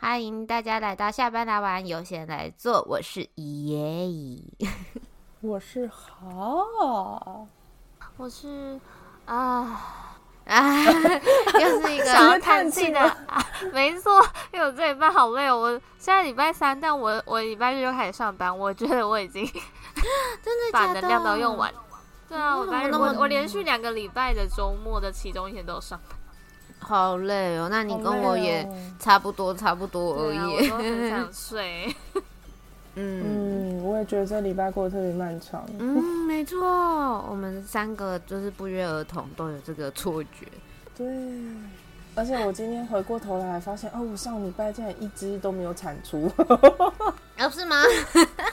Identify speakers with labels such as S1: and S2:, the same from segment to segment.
S1: 欢迎大家来到下班来玩，有闲来做，我是爷爷，
S2: 我是豪，
S1: 我是啊啊，又是一个想要叹气的，啊、没错，因为我这礼拜好累哦，我现在礼拜三，但我我礼拜日又开始上班，我觉得我已 经
S3: 真的
S1: 把
S3: 假的
S1: 能量都用完了。对啊，我
S3: 你为
S1: 拜
S3: 什么嗯
S1: 日
S3: 那
S1: 我
S3: 么
S1: 我连续两个礼拜的周末的其中一天都有上班，
S3: 好累哦。那你
S2: 好
S3: 跟我
S2: 累
S3: 也
S2: 哦
S3: 差不多，差不多而
S1: 对啊，我
S3: 已
S1: 都。很 想睡。
S3: 嗯
S2: 嗯，我也觉得这礼拜过得特别漫长。
S3: 嗯，没错，我们三个就是不约而同都有这个错觉。
S2: 对，而且我今天回过头来还发现，哦，我上礼拜竟然一只都没有产出。
S3: 啊，是吗？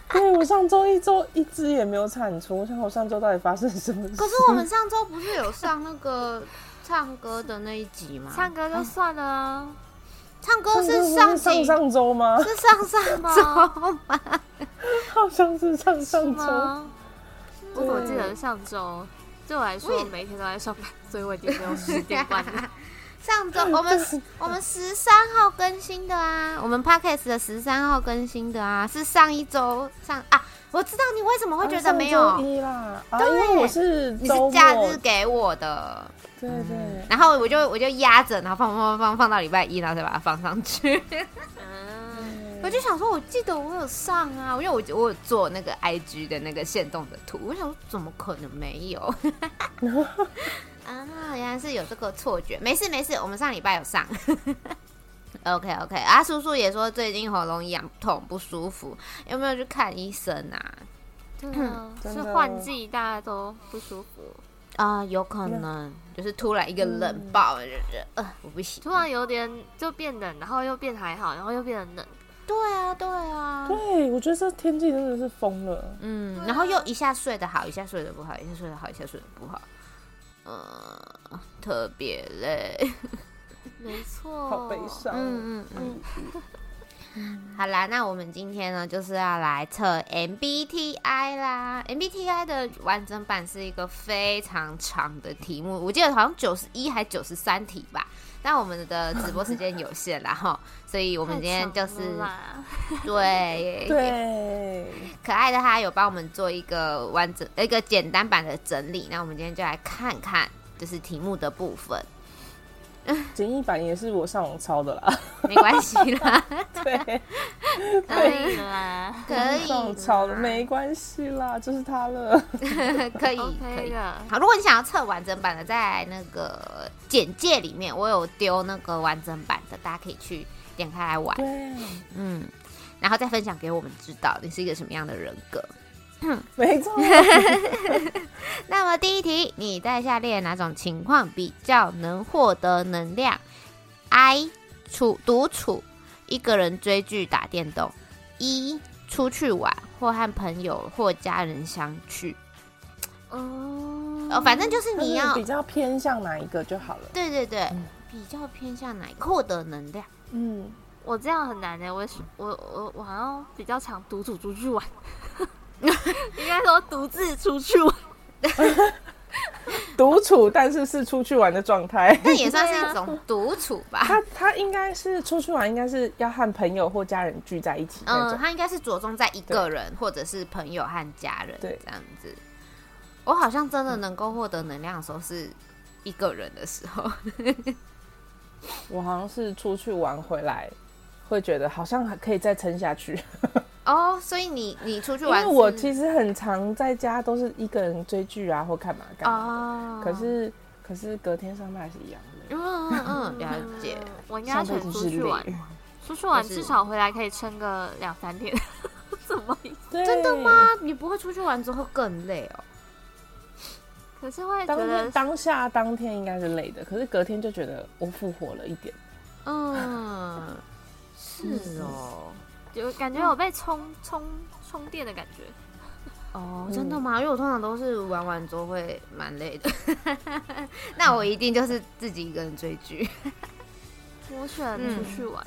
S2: 对，我上周一周一只也没有产出。我想我上周到底发生什么事？
S3: 可是我们上周不是有上那个唱歌的那一集吗？
S1: 唱歌就算 了啊，
S3: 唱歌是
S2: 上
S3: 上
S2: 上
S3: 集，
S2: 上周吗？
S3: 是上上周吗？
S2: 好像是上上周。
S1: 是吗？我怎么记得是上周？对我来
S3: 我
S1: 说，
S3: 也
S1: 每一天都在上班，所以我已经没有时间观 念。
S3: 上
S2: 嗯
S3: 周我们我们十三号更新的啊，我们 podcast 的十三号更新的啊，是上一周上啊，我知道你为什么会觉得没有，
S2: 啊上周一啦啊，
S3: 对
S2: 因为我是
S3: 你
S2: 周
S3: 是
S2: 末，
S3: 假日给我的，
S2: 对对。
S3: 然后我就我就压着，然后放放放放放到礼拜一，然后再把它放上去。
S1: 嗯，
S3: 我就想说，我记得我有上啊，因为我我有做那个 IG 的那个限动的图，我想说怎么可能没有？ 啊，原来是有这个错觉，没事没事，我们上礼拜有上。OK OK，啊，叔叔也说最近喉咙痒痛不舒服，有没有去看医生啊？
S1: 对 啊，
S2: 真
S1: 是
S2: 的
S1: 换季，大家都不舒服，
S3: 啊、有可能，就是突然一个冷暴，就觉得呃我不行。
S1: 突然有点就变冷，然后又变还好，然后又变得冷。
S3: 对啊对啊，
S2: 对，我觉得这天气真的是疯了。
S1: 啊
S3: 嗯，然后又一下睡得好，一下睡得不好，一下睡得好，一下睡得不好，呃，特别累。
S1: 没错，
S2: 好悲
S1: 哦
S2: 伤。
S3: 嗯嗯嗯。 好啦，那我们今天呢，就是要来测 MBTI 啦。MBTI 的完整版是一个非常长的题目，我记得好像九十一还九十三题吧。但我们的直播时间有限啦哈，所以我
S1: 太
S3: 们今天就
S1: 长
S3: 是
S1: 了啦
S3: 对
S2: 对，
S3: 可爱的他有帮我们做一个完整、呃一个简单版的整理。那我们今天就来看看，就是题目的部分，
S2: 简易版也是我上网抄的 啦。
S3: 没关系 啦，
S2: 对，
S1: 可以啦，
S3: 可以
S2: 上
S3: 啦
S2: 网抄的没关系啦，就是它了。
S3: 可以，可
S1: OK
S3: 以。
S1: 的。
S3: 好，如果你想要测完整版的，在那个简介里面，我有丢那个完整版的，大家可以去点开来玩。
S2: 对，
S3: 嗯，然后再分享给我们知道你是一个什么样的人格。
S2: 没错。
S3: 那么第一题，你在下列哪种情况比较能获得能量？I 处独处，一个人追剧打电动；一出去玩或和朋友或家人相聚。
S1: 哦
S3: 哦，反正就是你
S2: 嗯就是
S3: 要
S2: 比嗯较偏向哪一个就好了。
S3: 对对对，比较偏向哪一个获得能 量？
S2: 嗯，
S1: 我这样很难的，我是我我我好像比较常独处出去玩， 应该说独自出去玩。
S2: 独处但是是出去玩的 状态。
S3: 那也算是一种独处吧。
S2: 啊 他他应该是出去玩，应该是要和朋友或家人聚在一起那
S3: 嗯，
S2: 种。
S3: 他应该是着重在一个人或者是朋友和家人
S2: 对
S3: 这样子。我好像真的能够获得能量的时候是一个人的时候。
S2: 我好像是出去玩回来，会觉得好像还可以再撑下去。
S3: 哦，所以你你出去
S2: 因
S3: 玩
S2: 为
S3: 是，
S2: 我其实很常在家都是一个人追剧啊，或干嘛干嘛。
S3: 哦，
S2: 可是可是隔天上班还是一样的，
S3: 嗯嗯嗯，了解，
S1: 我应该
S2: 上
S1: 选
S2: 班就
S1: 出
S2: 是
S1: 去
S2: 累。
S1: 玩， 出去玩
S3: 就是
S1: 至少回来可以撑个两三天。 怎么一？
S2: 真
S3: 真的吗？？你不会出去玩之后更累哦？
S1: 可是会觉
S2: 当
S1: 得
S2: 天当下当天应该是累的，可是隔天就觉得我复活了一点。
S3: 嗯，是哦，
S1: 有感觉有被充充充电的感觉。
S3: 哦，真的吗？因为我通常都是玩完之后会蛮累的，那我一定就是自己一个人追剧。嗯
S1: 我选出去玩，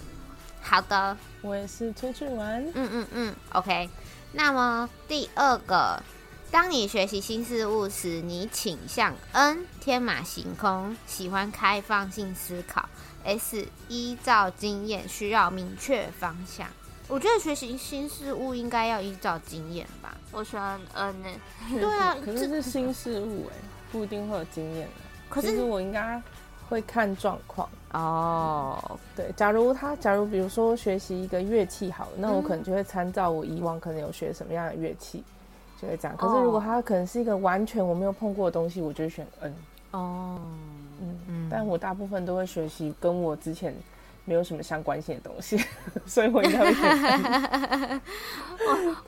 S3: 好的，
S2: 我也是出去玩。
S3: 嗯嗯嗯，OK。那么第二个，当你学习新事物时，你倾向 N 天马行空，喜欢开放性思考；S 依照经验，需要明确方向。我觉得学习新事物应该要依照经验吧。
S1: 我呃喜欢 N 呢、
S3: 对 啊，
S2: 可
S3: 这
S2: 是是新事物哎、不一定会有经验啊。
S3: 可
S2: 其实
S3: 是
S2: 我应该会看状况。
S3: 哦，
S2: 对，假如他，假如比如说学习一个乐器好了，那我
S3: 嗯
S2: 可能就会参照我以往可能有学什么样的乐器，就会这样。可
S3: 哦
S2: 是如果他可能是一个完全我没有碰过的东西，我就会选 N。
S3: 哦，
S2: 嗯
S3: 嗯
S2: 但我大部分都会学习跟我之前没有什么相关性的东西， 所以我应该会选 N。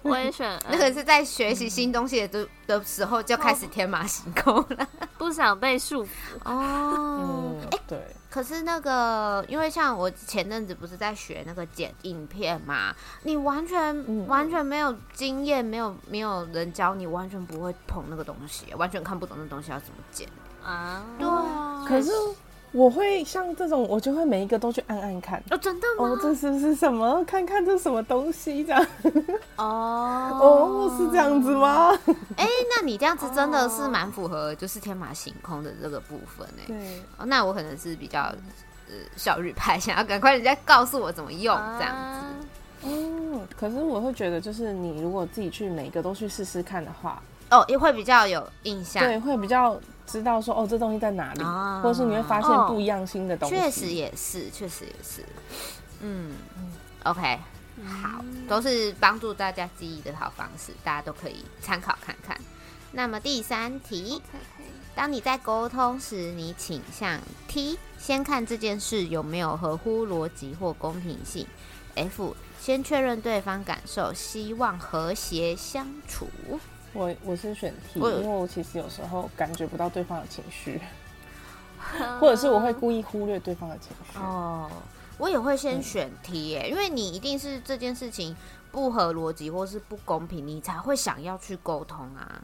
S1: 我也选 呃
S3: 那
S1: N，
S3: 个是在学习新东西的的时候就开始天马行空了。
S1: 不想被束缚。
S3: 哦
S2: 嗯，对，
S3: 可是那个，因为像我前阵子不是在学那个剪影片嘛，你完全、
S2: 嗯
S3: 完全没有经验，没有没有人教你，完全不会碰那个东西，完全看不懂那东西要怎么剪。
S1: 啊，
S3: 对啊，
S2: 可是我会像这种，我就会每一个都去按按看。
S3: 哦，真的吗？
S2: 哦，这是是什么？看看这是什么东西？这样
S3: 哦
S2: 哦，是这样子？ 吗？
S3: 哎、那你这样子真的是蛮符合就是天马行空的这个部分哎、
S2: 对，
S3: 哦，那我可能是比较呃效率派，想要赶快人家告诉我怎么用这样子。
S1: 啊
S2: 哦，可是我会觉得，就是你如果自己去每一个都去试试看的话，
S3: 哦，也会比较有印象。
S2: 对，会比较知道说哦，这东西在哪里，
S3: 啊
S2: 或者是你会发现
S1: 哦
S2: 不一样新的东西。
S3: 确实也是，确实也是。嗯，OK，好，都是帮助大家记忆的好方式，大家都可以参考看看。那么第三题，当你在沟通时，你倾向 T 先看这件事有没有合乎逻辑或公平性，F 先确认对方感受，希望和谐相处。
S2: 我我是选 T，因
S3: 我有
S2: 为我其实有时候感觉不到对方的情 绪，或者是我会故意忽略对方的情绪。
S3: 哦，我也会先选 T 耶、因为你一定是这件事情不合逻辑或是不公平，你才会想要去沟通啊。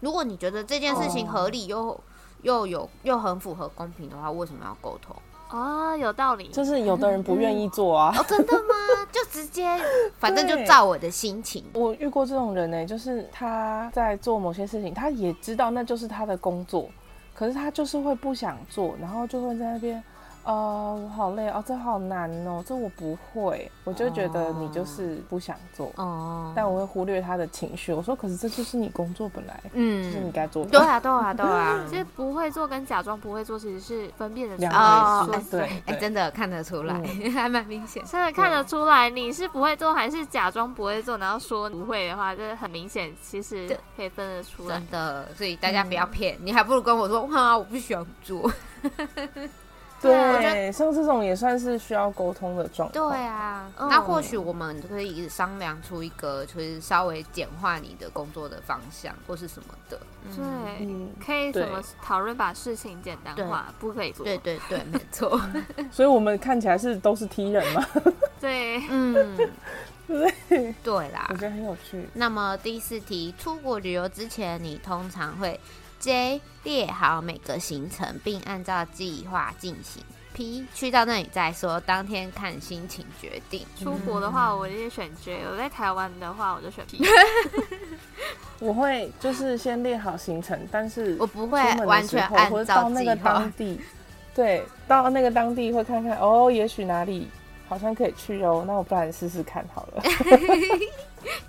S3: 如果你觉得这件事情
S2: 哦
S3: 合理又、又有又很符合公平的话，为什么要沟通？
S1: 哦，有道理。
S2: 就是有的人不愿意做啊，
S3: 哦，真的吗？就直接，反正就
S2: 对
S3: 照我的心情。
S2: 我遇过这种人呢、欸就是他在做某些事情，他也知道那就是他的工作，可是他就是会不想做，然后就会在那边，哦，我好累哦，这好难哦，这我不会，我就觉得你就是不想做，
S3: 哦，
S2: 但我会忽略他的情绪。我说，可是这就是你工作本来就是你
S3: 嗯，
S2: 该做
S3: 对
S2: 的。
S3: 啊，对啊，对 啊。
S1: 其实不会做跟假装不会做其实是分辨得出
S2: 两
S1: 来
S2: 回
S1: 的
S2: 事，
S3: 哦
S1: 说
S2: 对，
S3: 哎、真的看得出来， 还蛮明显。
S1: 真的看得出来你是不会做还是假装不会做，然后说不会的话，这很明显，其实
S3: 对
S1: 可以分得出来
S3: 真。的，所以大家不
S2: 嗯
S3: 要骗，你还不如跟我说，哇，我不想做。
S1: 对我觉
S2: 对，像这种也算是需要沟通的状况。
S3: 对啊，
S1: 嗯
S3: 那或许我们可以商量出一个，就是稍微简化你的工作的方向或是什么的。嗯，
S1: 对，
S2: 嗯，
S1: 可以怎
S2: 对
S1: 么讨论把事情简单化，不可以做。
S3: 对对对， 没错。
S2: 所以我们看起来是都是 T 人嘛，
S1: 对
S3: 嗯，
S2: 对，
S3: 对啦
S2: 我。觉得很有趣。
S3: 那么第四题，出国旅游之前，你通常会 J 列好每个行程，并按照计划进行。P 去到那里再说，当天看心情决定。
S1: 出国的话，我一定选 J；我在台湾的话，我就选 P。
S2: 我会就是先列好行程，但是
S3: 我不会
S2: 出门的
S3: 完
S2: 时
S3: 全
S2: 候
S3: 按
S2: 或者
S3: 照
S2: 到那
S3: 计
S2: 个
S3: 划
S2: 当。地，对，到那个当地会看看哦，也许哪里好像可以去哦，那我不然试试看好 了。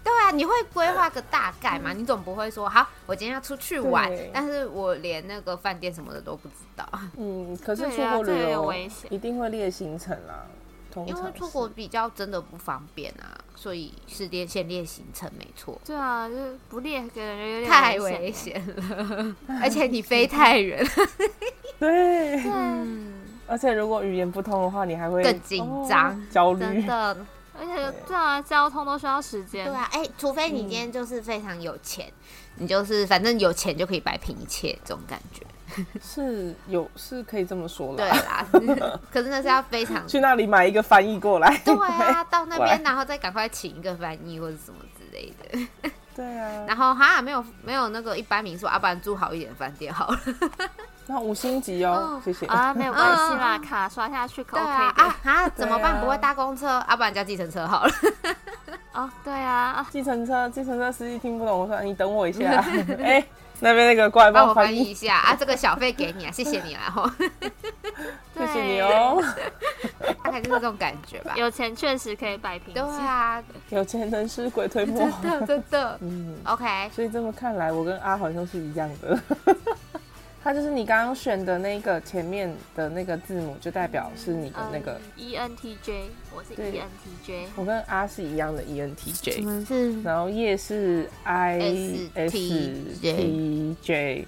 S3: 对啊，你会规划个大概嘛？你总不会说好，我今天要出去玩
S2: 对，
S3: 但是我连那个饭店什么的都不知道，
S2: 嗯，可是
S1: 对
S2: 出
S1: 啊
S2: 国
S1: 这
S2: 旅
S1: 也有
S2: 游
S1: 危险
S2: 一定会列行程啦，通
S3: 因
S2: 常
S3: 为出
S2: 是
S3: 国比较真的不方便啊，所以是列先列行程没错，
S1: 对啊，就是不列给人有点
S3: 太危
S1: 危。
S3: 险了，而且你飞太远，
S2: 对，嗯
S1: 对，
S2: 而且如果语言不通的话，你还会
S3: 啊更紧张
S2: 哦焦
S3: 真
S2: 虑。
S3: 的，
S1: 而且对啊，交通都需要时间。
S3: 对啊，哎、除非你今天就是非常有钱，你就是反正有钱就可以摆平一切这种感觉，
S2: 是有是可以这么说
S3: 对
S2: 啦。
S3: 啦， 可是那是要非常。
S2: 去那里买一个翻译过来。
S3: 对啊，到那边
S2: 喂
S3: 然后再赶快请一个翻译或者什么之类的。
S2: 对啊，
S3: 然后哈没有没有那个一般民宿，啊，不然住好一点的饭店好了。
S2: 那五星级哦，谢谢。
S1: 啊，没有关系啦，
S3: 嗯
S1: 卡刷下去可
S3: 对
S1: OK
S3: 啊
S1: 的。
S3: 啊啊！怎么
S2: 对
S3: 办？
S2: 啊
S3: 不会搭公车，啊，不然叫计程车好了。
S1: 哦，对啊，
S2: 计程车，计程车司机听不懂，我说你等我 一下。 哎、那边那个过来
S3: 帮
S2: 帮我
S3: 我
S2: 翻
S3: 翻译
S2: 译
S3: 一，下啊，这个小费给你啊，谢谢你啦吼。
S2: 谢
S1: 对
S2: 谢你哦。
S3: 大概就是这种感觉吧。
S1: 有钱确实可以摆平一
S3: 对
S1: 下。
S3: 啊，
S2: 有钱能使鬼推磨。
S3: 真的真 的。
S2: 嗯，
S3: OK，
S2: 所以这么看来，我跟阿好像是一样的。 它就是你刚刚选的那个前面的那个字母，就代表是你
S1: 嗯
S2: 的呃那个。
S3: 嗯
S1: ，E ENTJ，我是 E
S2: 对
S1: ENTJ。
S2: 我跟阿是一样的 E ENTJ。
S3: 们是
S2: 然后夜是 I S T J，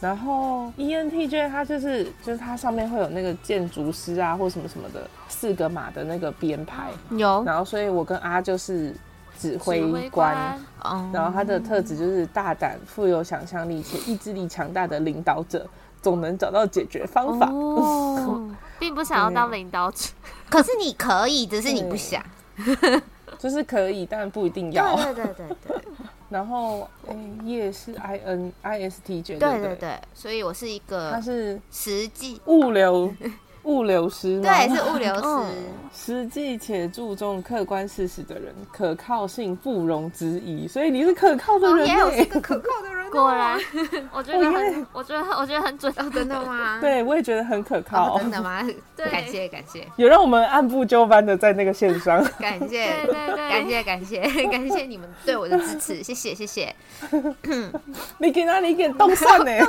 S2: 然后 E N T J 它就是就是它上面会有那个建筑师啊或什么什么的四个码的那个编排，
S3: 有，
S2: 然后所以我跟阿就是哦指挥
S1: 指
S2: 官，
S1: 挥官，
S3: 嗯
S2: 然后他的特质就是大胆、富有想象力且意志力强大的领导者，总能找到解决方法。
S3: 哦，
S1: 并不想要当领导者。
S3: 可是你可以，只是你不想。
S2: 就是可以，但不一定要。
S3: 对对对
S2: 然后，哎，夜是 I N I S T J，
S3: 对
S2: 对
S3: 对
S2: 不对，
S3: 对，所以我是一
S2: 他
S3: 个
S2: 是
S3: 实际，
S2: 物流 物流师吗？
S3: 对，是物流师
S1: 嗯。
S2: 实际且注重客观事实的人，可靠性不容置疑。所以你是可靠的人、
S3: 哦也有是
S2: 欸，
S3: 个可靠的 人哦。
S1: 果然，我觉得
S2: 哦原
S1: 很，我觉得我觉得很准。
S3: 哦，真的吗？
S2: 对我也觉得很可靠，
S3: 哦，真的吗？
S1: 对
S3: 感谢感谢
S2: 有让我们按部就班的在那个线上。
S3: 感
S1: 对
S3: 谢
S1: 对对，
S3: 感谢感谢 感谢你们对我的支持，谢谢谢谢。
S2: 你给那里给动算呢、
S1: 你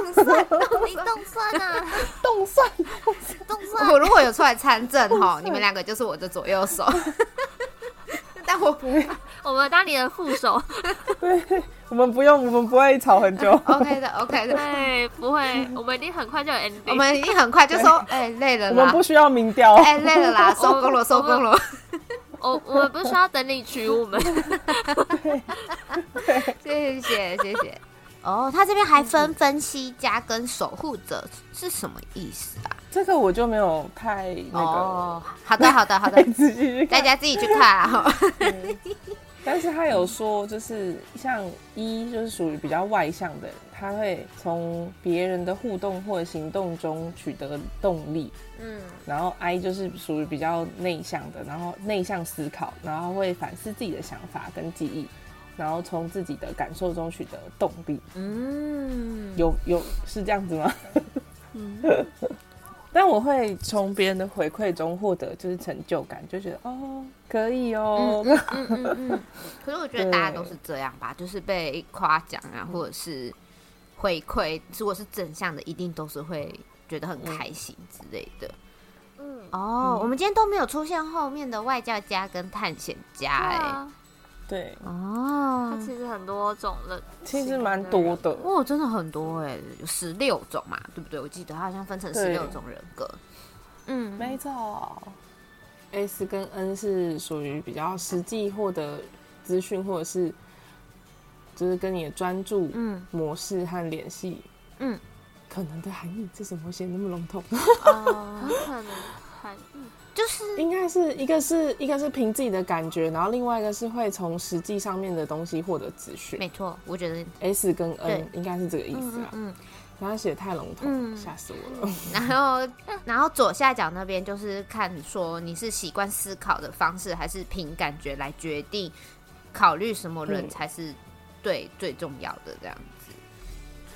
S1: 动算啊，
S2: 动算，
S1: 动算。
S3: 我如果有出来参政哈，你们两个就是我的左右手。 但我不
S1: 我们当你的副 手，
S2: 对，我们不用，我们不会吵很久。
S3: OK 的 OK 的，
S1: 对，哎不会，我们一定很快就有 ending。
S3: 我们一定很快就说，哎累了
S2: 我们
S3: 啦
S2: 不，需要民调，
S3: 哎累了 啦，收工了收工了。
S1: 我我们不需要等你娶我们，
S3: 谢谢谢谢。哦，他这边还分分析家跟守护者是什么意思啊？
S2: 这个我就没有太那个、
S3: 哦，好的好的好
S2: 太
S3: 的，
S2: 仔细去
S3: 大
S2: 看。
S3: 家自己去看 啊。
S2: 但是他有说，就是像一就是属于比较外向的人，他会从别人的互动或者行动中取得动力。
S3: 嗯，
S2: 然后 I 就是属于比较内向的，然后内向思考，然后会反思自己的想法跟记忆，然后从自己的感受中取得动力。
S3: 嗯，
S2: 有有是这样子吗？ 但我会从别人的回馈中获得就是成就感，就觉得哦可以哦，
S3: 嗯嗯嗯。可是我觉得大家都是这样吧，就是被夸奖啊，或者是回馈，如果是正向的，一定都是会觉得很开心之类的。
S1: 嗯，
S3: 哦，我们今天都没有出现后面的外教家跟探险家，哎，
S1: 啊，
S2: 对，
S1: 它
S3: 哦，
S1: 其实很多种了，
S2: 其实蛮
S3: 啊
S2: 多的。
S3: 哇，哦真的很多哎、有十六种嘛，对不对？我记得它好像分成十
S2: 对
S3: 六种人格。嗯，
S2: 没错，S 跟 N 是属于比较实际获得资讯，或者是就是跟你的专注
S3: 嗯
S2: 模式和联系。
S3: 嗯，
S2: 可能的含义，这怎么写那么笼统？
S1: 嗯很可能含义。
S3: 就是
S2: 应该是一个是一个是凭自己的感觉，然后另外一个是会从实际上面的东西获得资讯。
S3: 没错，我觉得，
S2: S 跟 N
S3: 对
S2: 应该是这个意
S3: 嗯
S2: 思
S3: 嗯
S2: 啊，
S3: 嗯。
S2: 然后写得太笼
S3: 嗯
S2: 统，吓、死我了。
S3: 然后，然后左下角那边就是看说你是习惯思考的方式，还是凭感觉来决定考虑什么人
S2: 嗯
S3: 才是对最重要的 这样子。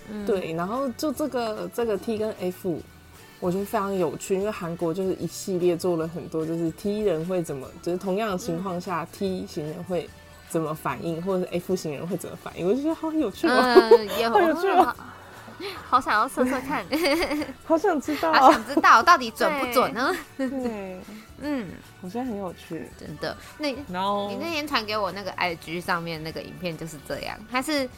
S3: 嗯，
S2: 对，然后就这个这个 T 跟 F，我觉得非常有趣，因为韩国就是一系列做了很多，就是 T 人会怎么，就是同样的情况下、T 型人会怎么反应，或者是 F 型人会怎么反应，我就觉得好有趣哦，
S3: 嗯，有，
S2: 好有趣
S1: 嗯
S2: 哦，
S1: 好好想要测测看，
S2: 好想知道
S3: 好
S2: 哦，
S3: 想知道到底准不准呢？
S2: 对，
S3: 嗯，
S2: 我觉得很有趣。
S3: 真的，那
S2: 然后
S3: 你那天传给我那个 IG 上面那个影片就是这样，它是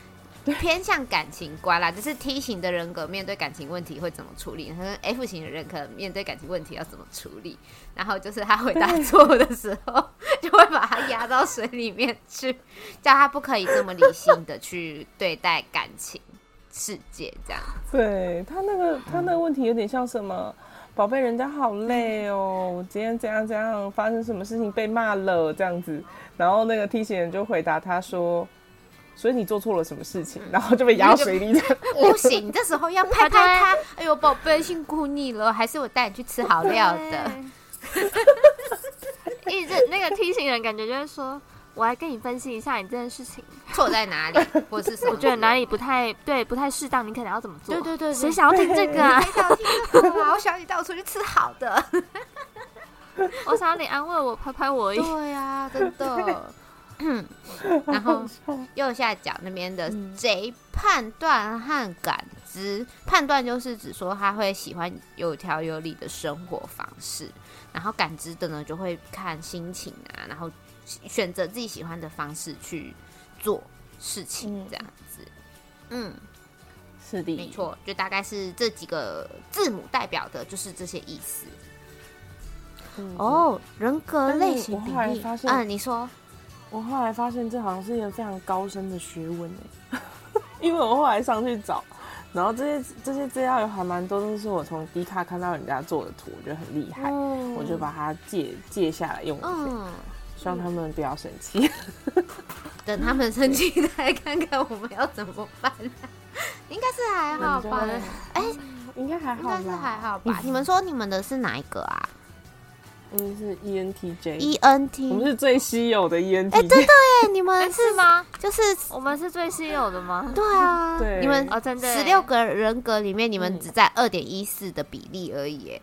S3: 偏向感情观啦，就是 T 型的人格面对感情问题会怎么处理，和 F 型的人格面对感情问题要怎么处理，然后就是他回答错的时候，就会把他压到水里面去，叫他不可以这么理性的去对待感情世界这样。
S2: 对他那个他那个问题有点像什么？宝贝，人家好累哦，我今天怎样怎样，发生什么事情被骂了这样子，然后那个 T 型人就回答他说：“所以你做错了什么事情，然后就被压到水里。
S3: 不行，你这时候要拍拍他。哎呦，宝贝，辛苦你了，还是我带你去吃好料的。
S1: 一直那个梯形人感觉就会说，我来跟你分析一下你这件事情
S3: 错在哪里，或是什么？
S1: 我觉得哪里不太对，不太适当，你可能要怎么做？
S3: 对对对对
S1: 谁想要听这个啊？
S3: 想听这个啊，我想你带我出去吃好的。
S1: 我想要你安慰我，拍拍我而已。
S3: 对呀、真的。嗯， 然后右下角那边的
S2: 嗯
S3: J 判断和感知，判断就是指说他会喜欢有条有理的生活方式，然后感知的呢就会看心情啊，然后选择自己喜欢的方式去做事情
S2: 嗯，
S3: 这样子。嗯，
S2: 是的，
S3: 没。错，就大概是这几个字母代表的就是这些意思。
S2: 哦，
S3: 哦，人格
S2: 但是
S3: 类型
S2: 我
S3: 比
S2: 后来
S3: 例
S2: 发，现
S3: 嗯，你说，
S2: 我后来发现这好像是一个非常高深的学问哎， 因为我后来上去找，然后这些这些资料有还蛮多都是我从迪卡看到人家做的图，我觉得很厉害，
S3: 嗯
S2: 我就把它借借下来用一下，
S3: 嗯。
S2: 希望他们不要生气。
S3: 等他们生气再看看我们要怎么办、应该是还好吧？哎、
S2: 应该还
S3: 应
S2: 好吧？
S3: 该是还好
S2: 嗯
S3: 吧？你们说你们的是哪一个啊
S2: 我们是 ENTJ，
S3: ？E
S2: 嗯我
S3: N
S2: 们
S3: T？
S2: 是最稀有的 E ENTJ，、
S3: 哎、真的哎，你
S1: 哎
S3: 们
S1: 是？吗？
S3: 就是
S1: 我们是最稀有的吗？
S3: 对啊，
S2: 对
S3: 你们
S1: 哦，真的
S3: 十六个人格里面，你们只在二点一四的比例而已哎。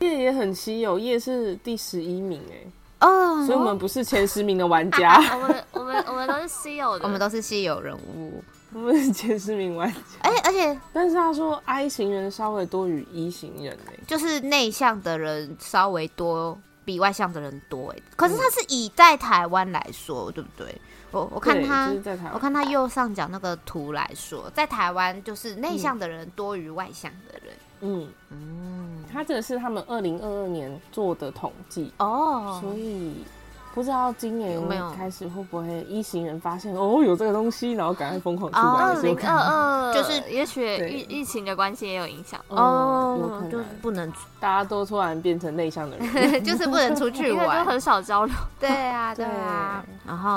S2: 叶也很稀有，叶是第十一名哎、
S3: 哦，
S2: 所以我们不是前十名的玩家，
S1: 我们我们我们都是稀有
S3: 啊
S1: 的，
S3: 我们都是稀有人物。
S2: 不是前十名玩家。
S3: 哎、而且
S2: 但是他说 I 型人稍微多于 E 型人哎、
S3: 就是内向的人稍微多，比外向的人多哎。可是他是以在台湾来说，对不对？我我看
S2: 对
S3: 他，
S2: 就是在台湾
S3: 我看他右上角那个图来说，在台湾就是内向的人多于外向的人。
S2: 嗯，
S3: 嗯，
S2: 他这个是他们二零二二年做的统计，所
S3: 哦，
S2: 以。不知道今
S3: 有没有
S2: 年开始会不会一行人发现哦有这个东西，然后赶快疯狂去
S3: 哦
S2: 玩。
S1: 二
S2: 是有
S1: 零
S2: 可
S1: 二
S2: 能
S1: 二，
S3: 就是
S1: 也许
S2: 对
S1: 疫疫情的关系也有影响，
S2: 哦，有可能
S3: 就是不能，
S2: 大家都突然变成内向的 人。
S3: 就是不能出去
S1: 因为就
S3: 玩。
S1: 很少交流。
S3: 对啊，对啊。然后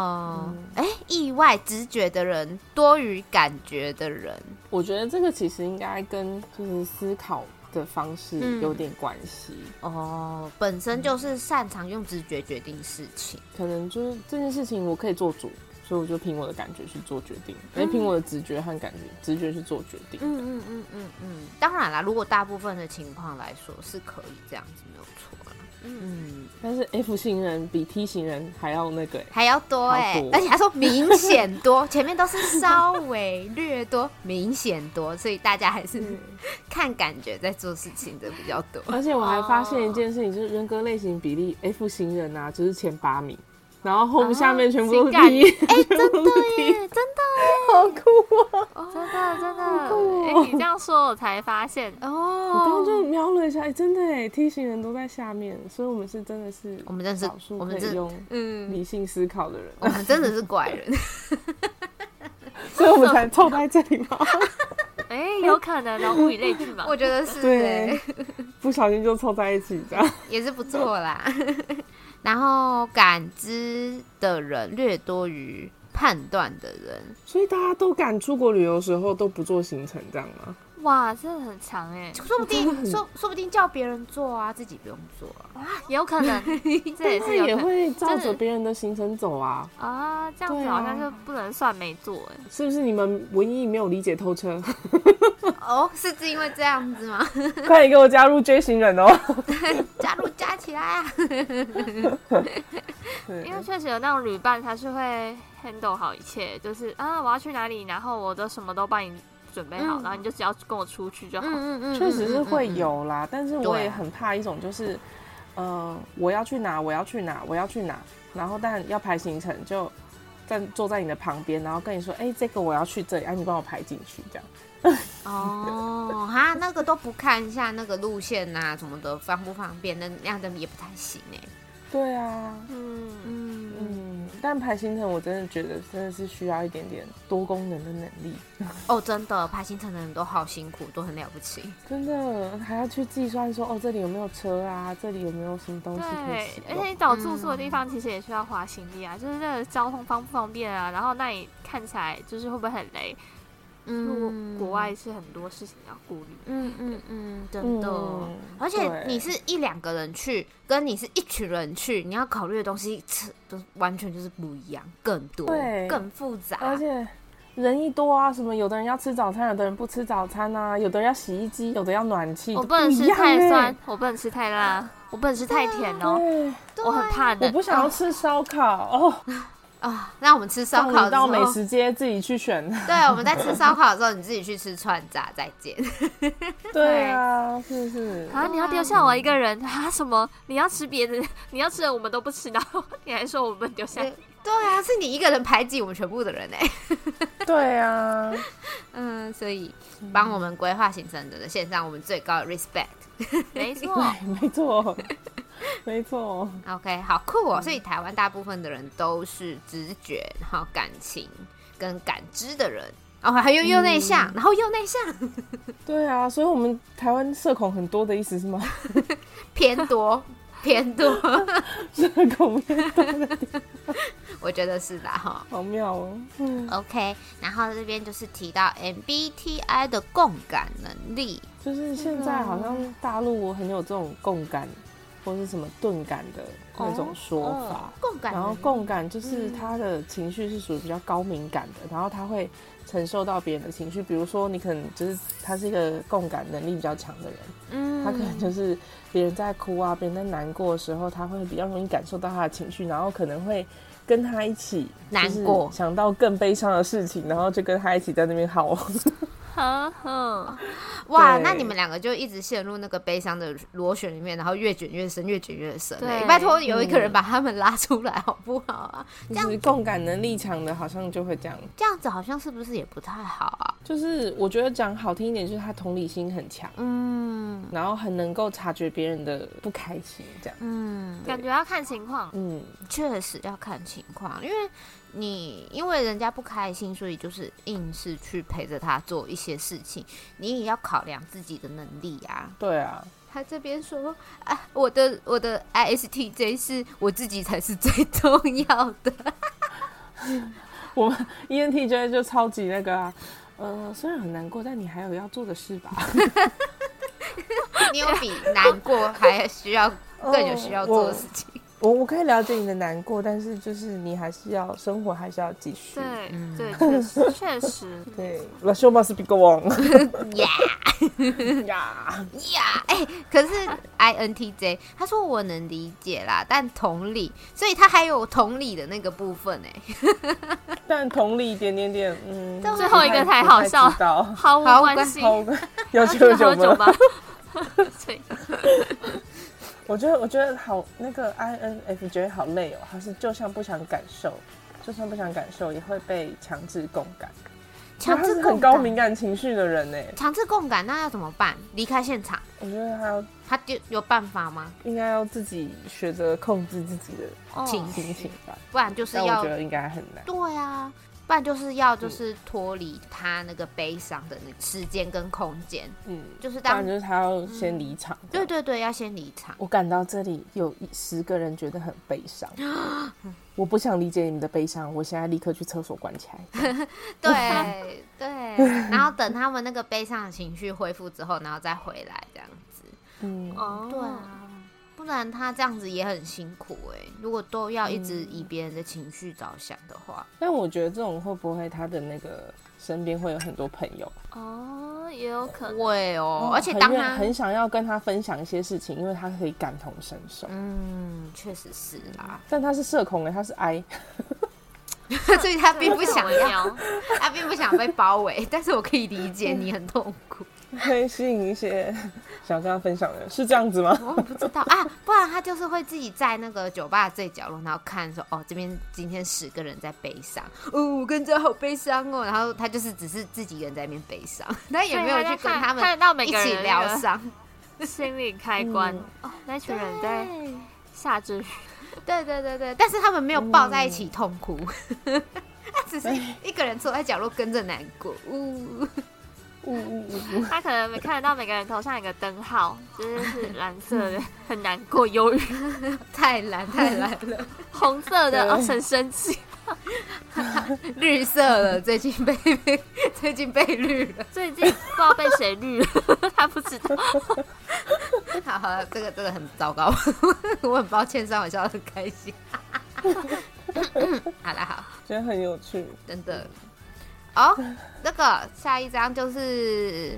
S2: 嗯，
S3: 哎、意外直觉的人多于感觉的人。
S2: 我觉得这个其实应该跟就是思考的方
S3: 嗯
S2: 式有点关系，
S3: 哦，本身就是擅长用直觉决定事情。
S2: 可能就是这件事情我可以做主，所以我就凭我的感觉去做决定，哎、凭我的直觉和感觉，直觉去做决定。
S3: 嗯嗯嗯嗯嗯，当然啦，如果大部分的情况来说是可以这样子，没有错啦。
S1: 嗯，
S3: 嗯，
S2: 但是 F 型人比 T 型人还要那个、哎
S3: 还要多哎、
S2: 好多
S3: 而且他说明显多，前面都是稍微略多，明显多，所以大家还是、 看感觉在做事情的比较多。
S2: 而且我还发现一件事情，就是人格类型比例 F 型人啊，就是前八名，然后后面下面全部都是
S1: 啊性
S2: T，哎、
S3: 真
S2: 全部
S3: 的
S2: 都是 T，
S3: 耶，真的
S2: 好酷啊！
S1: 哦真的真的，
S2: 哦
S1: 哎，你这样说我才发现，
S2: 我刚刚
S3: 哦。
S2: 就瞄了一下，哎、真的哎，T 型人都在下面，所以我们是真的是
S3: 我们真是
S2: 少数
S3: 我们
S2: 可
S3: 真
S2: 以用
S3: 嗯，
S2: 理性思考的人，
S3: 我们真的是怪 人，
S2: 所以我们才凑在这里嘛。
S1: 哎， 有可能哦，物以类聚嘛。
S3: 我觉得是哎、
S2: 对， 不小心就凑在一起这样。
S3: 也是不错啦。 然后感知的人略多于判断的人，
S2: 所以大家都赶出国旅游的时候都不做行程，这样吗？
S1: 哇，真的很强 哎，
S3: 说不定说说不定叫别人做啊，自己不用做啊。
S1: 有 可能，这也
S2: 他
S1: 是有
S2: 也
S1: 可能
S2: 会照
S1: 真
S2: 着
S1: 的
S2: 别人的行程走啊，
S1: 啊。这样子
S2: 对
S1: 好
S2: 啊
S1: 像就不能算没做哎。
S2: 是不是？你们文艺没有理解透彻，
S3: 哦，是因为这样子吗？
S2: 快点给我加入 J 型人哦！
S3: 加入加起来啊！
S2: 对
S1: 因为确实有那种旅伴，他是会 handle 好一切，就是啊，我要去哪里，然后我都什么都帮你准备好，
S3: 嗯
S1: 然后你就只要跟我出去就好。
S3: 嗯嗯
S2: 确实是会。有啦，但是我
S3: 对
S2: 也很怕一种就是，呃，我要去哪，我要去哪，我要去哪，然后但要排行程就站坐在你的旁边，然后跟你说，哎、这个我要去这里，啊，你帮我排进去这样。
S3: 哦，哈，那个都不看一下那个路线呐、什么的方不方便，那那样的也不太行哎、
S2: 对啊，
S1: 嗯，
S3: 欸嗯
S2: 嗯，但排行程我真的觉得真的是需要一点点多功能的能力，
S3: 哦，真的，排行程的人都好辛苦，都很了不起。
S2: 真的还要去计算说哦这里有没有车啊，这里有没有什么东西可以
S1: 嗯对哎
S2: 使，
S1: 而且
S2: 用。
S1: 你找住宿的地方其实也需要花心力啊，就是那个交通方不方便啊，然后那里看起来就是会不会很累？如果
S3: 嗯，
S1: 国外是很多事情要顾虑，
S3: 嗯嗯嗯，真的。
S2: 嗯
S3: 而且
S2: 对
S3: 你是一两个人去，跟你是一群人去，你要考虑的东西都完全就是不一样，更多
S2: 对、
S3: 更复杂。
S2: 而且人一多啊，什么有的人要吃早餐，有的人不吃早餐啊，有的人要洗衣机，有的要暖气，
S1: 我
S2: 都
S1: 不能
S2: 一
S1: 吃
S2: 样
S1: 太
S2: 欸
S1: 酸，我不能吃太辣，我不能吃太甜哦，嗯
S2: 对，
S1: 我很怕冷。
S2: 我不想要吃烧烤 哦，
S3: 啊，那我们吃烧烤
S2: 送你
S3: 的时
S2: 到
S3: 候，
S2: 美食街自己去选。
S3: 对，我们在吃烧烤的时候，你自己去吃串炸，再 见。
S2: 对啊，是不是？
S1: 啊！你要丢下我一个人 啊？什么？你要吃别的？ 你要吃的我们都不吃，然后你还说我们丢下你？
S3: 对啊，是你一个人排挤我们全部的人哎、
S2: 对啊，
S3: 嗯，所以帮我们规划行程的人献上我们最高的 respect。
S1: 没错，
S2: 对，没错，没错，
S3: OK，好酷哦！所以台湾大部分的人都是直觉，然后感情跟感知的人，哦，还有又内向，然后又内向
S2: 对啊，所以我们台湾社恐很多的意思是吗？
S3: 偏 多偏多，
S2: 社恐面
S3: 我觉得是的哈。
S2: 好妙哦，嗯，
S3: OK，然后这边就是提到 MBTI 的共感能力，
S2: 就是现在好像大陆很有这种共感或是什么钝感的那种说
S3: 哦
S2: 法。
S3: 共感
S2: 然
S3: 能
S2: 后
S3: 力，
S2: 共感就是他的情绪是属于比较高敏感的，然后他会承受到别人的情绪，比如说你可能就是他是一个共感能力比较强的人，
S3: 嗯
S2: 他可能就是别人在哭啊，别人在难过的时候，他会比较容易感受到他的情绪，然后可能会跟他一起
S3: 难
S2: 就是
S3: 过
S2: 想到更悲伤的事情，然后就跟他一起在那边 嚎。
S1: 呵呵，
S3: 哇，
S2: 对
S3: 那你们两个就一直陷入那个悲伤的螺旋里面，然后越卷越深，越卷越深欸。
S1: 对
S3: 拜托有一个人把他们拉出来，好不好啊？这
S2: 就
S3: 样
S2: 是共感能力强的，好像就会这样。
S3: 这样子好像是不是也不太好啊？
S2: 就是我觉得讲好听一点，就是他同理心很强，
S3: 嗯
S2: 然后很能够察觉别人的不开心，这样。
S3: 嗯，
S1: 感觉要看情况。
S2: 嗯，
S3: 确实要看情况，因为你因为人家不开心，所以就是硬是去陪着他做一些事情，你也要考量自己的能力啊。
S2: 对啊，
S3: 他这边说啊，我的我的 ISTJ 是我自己才是最 重要的。
S2: 我们 E ENTJ 就超级那个啊。呃，虽然很难过，但你还有要做的事吧？
S3: 你有比难过还需 要更有需要做的事情。
S2: 我我可以了解你的难过，但是就是你还是要生活，还是要继续。
S1: 对
S3: 嗯
S1: 对，确实确实，
S2: 对，老秀 must be go on
S3: 呀
S2: 呀。
S3: 呀！哎， 可是 INTJ 他说我能理解啦，但同理，所以他还有同理的那个部分哎、
S2: 但同理一点点点，嗯，
S3: 但
S1: 最后一个
S2: 不太
S1: 太好笑
S2: 不太知 道，
S1: 毫无
S3: 好
S1: 关
S3: 关
S1: 系。
S2: 好，要
S1: 要去
S2: 求
S1: 喝
S2: 酒
S1: 酒
S2: 吗？
S1: 吗？对，
S2: 我觉得我觉得好，那个 INFJ 好累哦，他是就像不想感受，就算不想感受也会被强制共感，
S3: 强
S2: 他
S3: 制
S2: 是
S3: 共
S2: 很高
S3: 感，
S2: 敏感情绪的人呢。欸
S3: 强制共感，那要怎么办？离开现场，
S2: 我觉得他要
S3: 他就有办法吗？
S2: 应该要自己学着控制自己的
S1: 哦
S3: 请
S2: 心情吧，
S3: 不然就是
S2: 但我
S3: 要
S2: 觉得嗯应该很难。
S3: 对啊，不然就是要就是脱离他那个悲伤的那个时间跟空间，
S2: 嗯，
S3: 就是
S2: 当然
S3: 当嗯
S2: 就是他要先离场。
S3: 对对对，要先离 场。
S2: 我赶到这里有一十个人觉得很悲伤，我不想理解你们的悲伤，我现在立刻去厕所关起来。
S3: 对对，然后等他们那个悲伤的情绪恢复之后，然后再回来这样子。
S2: 嗯，
S1: 哦，
S3: 对啊，不然他这样子也很辛苦哎、如果都要一直以别人的情绪着想的话，
S2: 但我觉得这种会不会他的那个身边会有很多朋友，
S1: 哦，也有可能。
S3: 会哦。而且
S2: 嗯很
S3: 当
S2: 愿
S3: 他
S2: 很想要跟他分享一些事情，因为他可以感同身受。
S3: 嗯，确实是 啦，
S2: 但他是社恐哎，他是 I，
S3: 所以他并不想
S1: 这很微
S3: 要，
S1: 妙
S3: 他并不想被包围， 但是我可以理解你很痛苦。
S2: 会吸引一些 想跟他分享的人，是这样子吗？
S3: 我不知道啊，不然他就是会自己在那个酒吧的最角落，然后看说哦，这边今天十个人在悲伤，哦，我跟着好悲伤哦，然后他就是只是自己一个人在那边悲伤，他也没有去跟他
S1: 啊看
S3: 们
S1: 得到每
S3: 一
S1: 个人
S3: 起
S1: 的
S3: 疗伤，
S1: 心理开关
S2: 嗯
S1: 哦，那群人在下着雨，
S3: 对对对对，但是他们没有抱在一起痛哭， 他只是一个人坐在角落跟着难过。哦呜，
S2: 呜呜呜呜，
S1: 他可能没看得到每个人头上有个灯号， 就是是蓝色的，很难过、忧郁；
S3: 太蓝太蓝 了，
S1: 红色的，哦，很生气。
S3: 绿色了，最近被 被最近被绿了，
S1: 最近不知道被谁绿了，他不知道。
S3: 好好了，这个这个很糟糕， 我很抱歉，上好笑得很开心。 好了好，
S2: 觉得很有趣，
S3: 真的。哦，那个下一张就是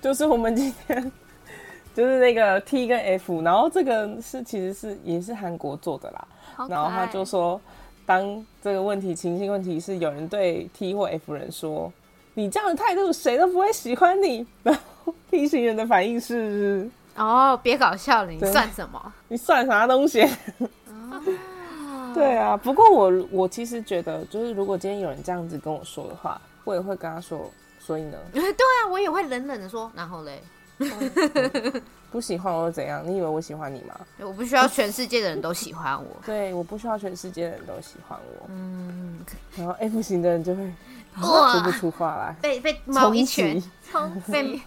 S2: 就是我们今天 就是那个 T 跟 F，然后这个是其实是也是韩国做的啦，
S1: 好可
S2: 然后他
S1: 爱
S2: 就说，当这个问题情境问题是有人对 T 或 F 人说，你这样的态度谁都不会喜欢你， 然后 T 型人的反应是，
S3: 哦，别搞笑了，你
S2: 对
S3: 算什么？
S2: 你算啥东西？
S1: 哦
S2: 对啊，不过我我其实觉得，就是如果今天有人这样子跟我说的话，我也会跟他说，所以呢，
S3: 对啊，我也会冷冷的说，然后嘞，
S2: 不喜欢我又怎样？你以为我喜欢你吗？
S3: 我不需要全世界的人都喜欢我。
S2: 对，我不需要全世界的人都喜欢我。
S3: 嗯，
S2: 然后 F 型的人就会说不
S3: 哇，
S2: 出话来，
S3: 被被猫一拳，
S2: 冲 击。
S1: 冲
S3: 被
S1: 击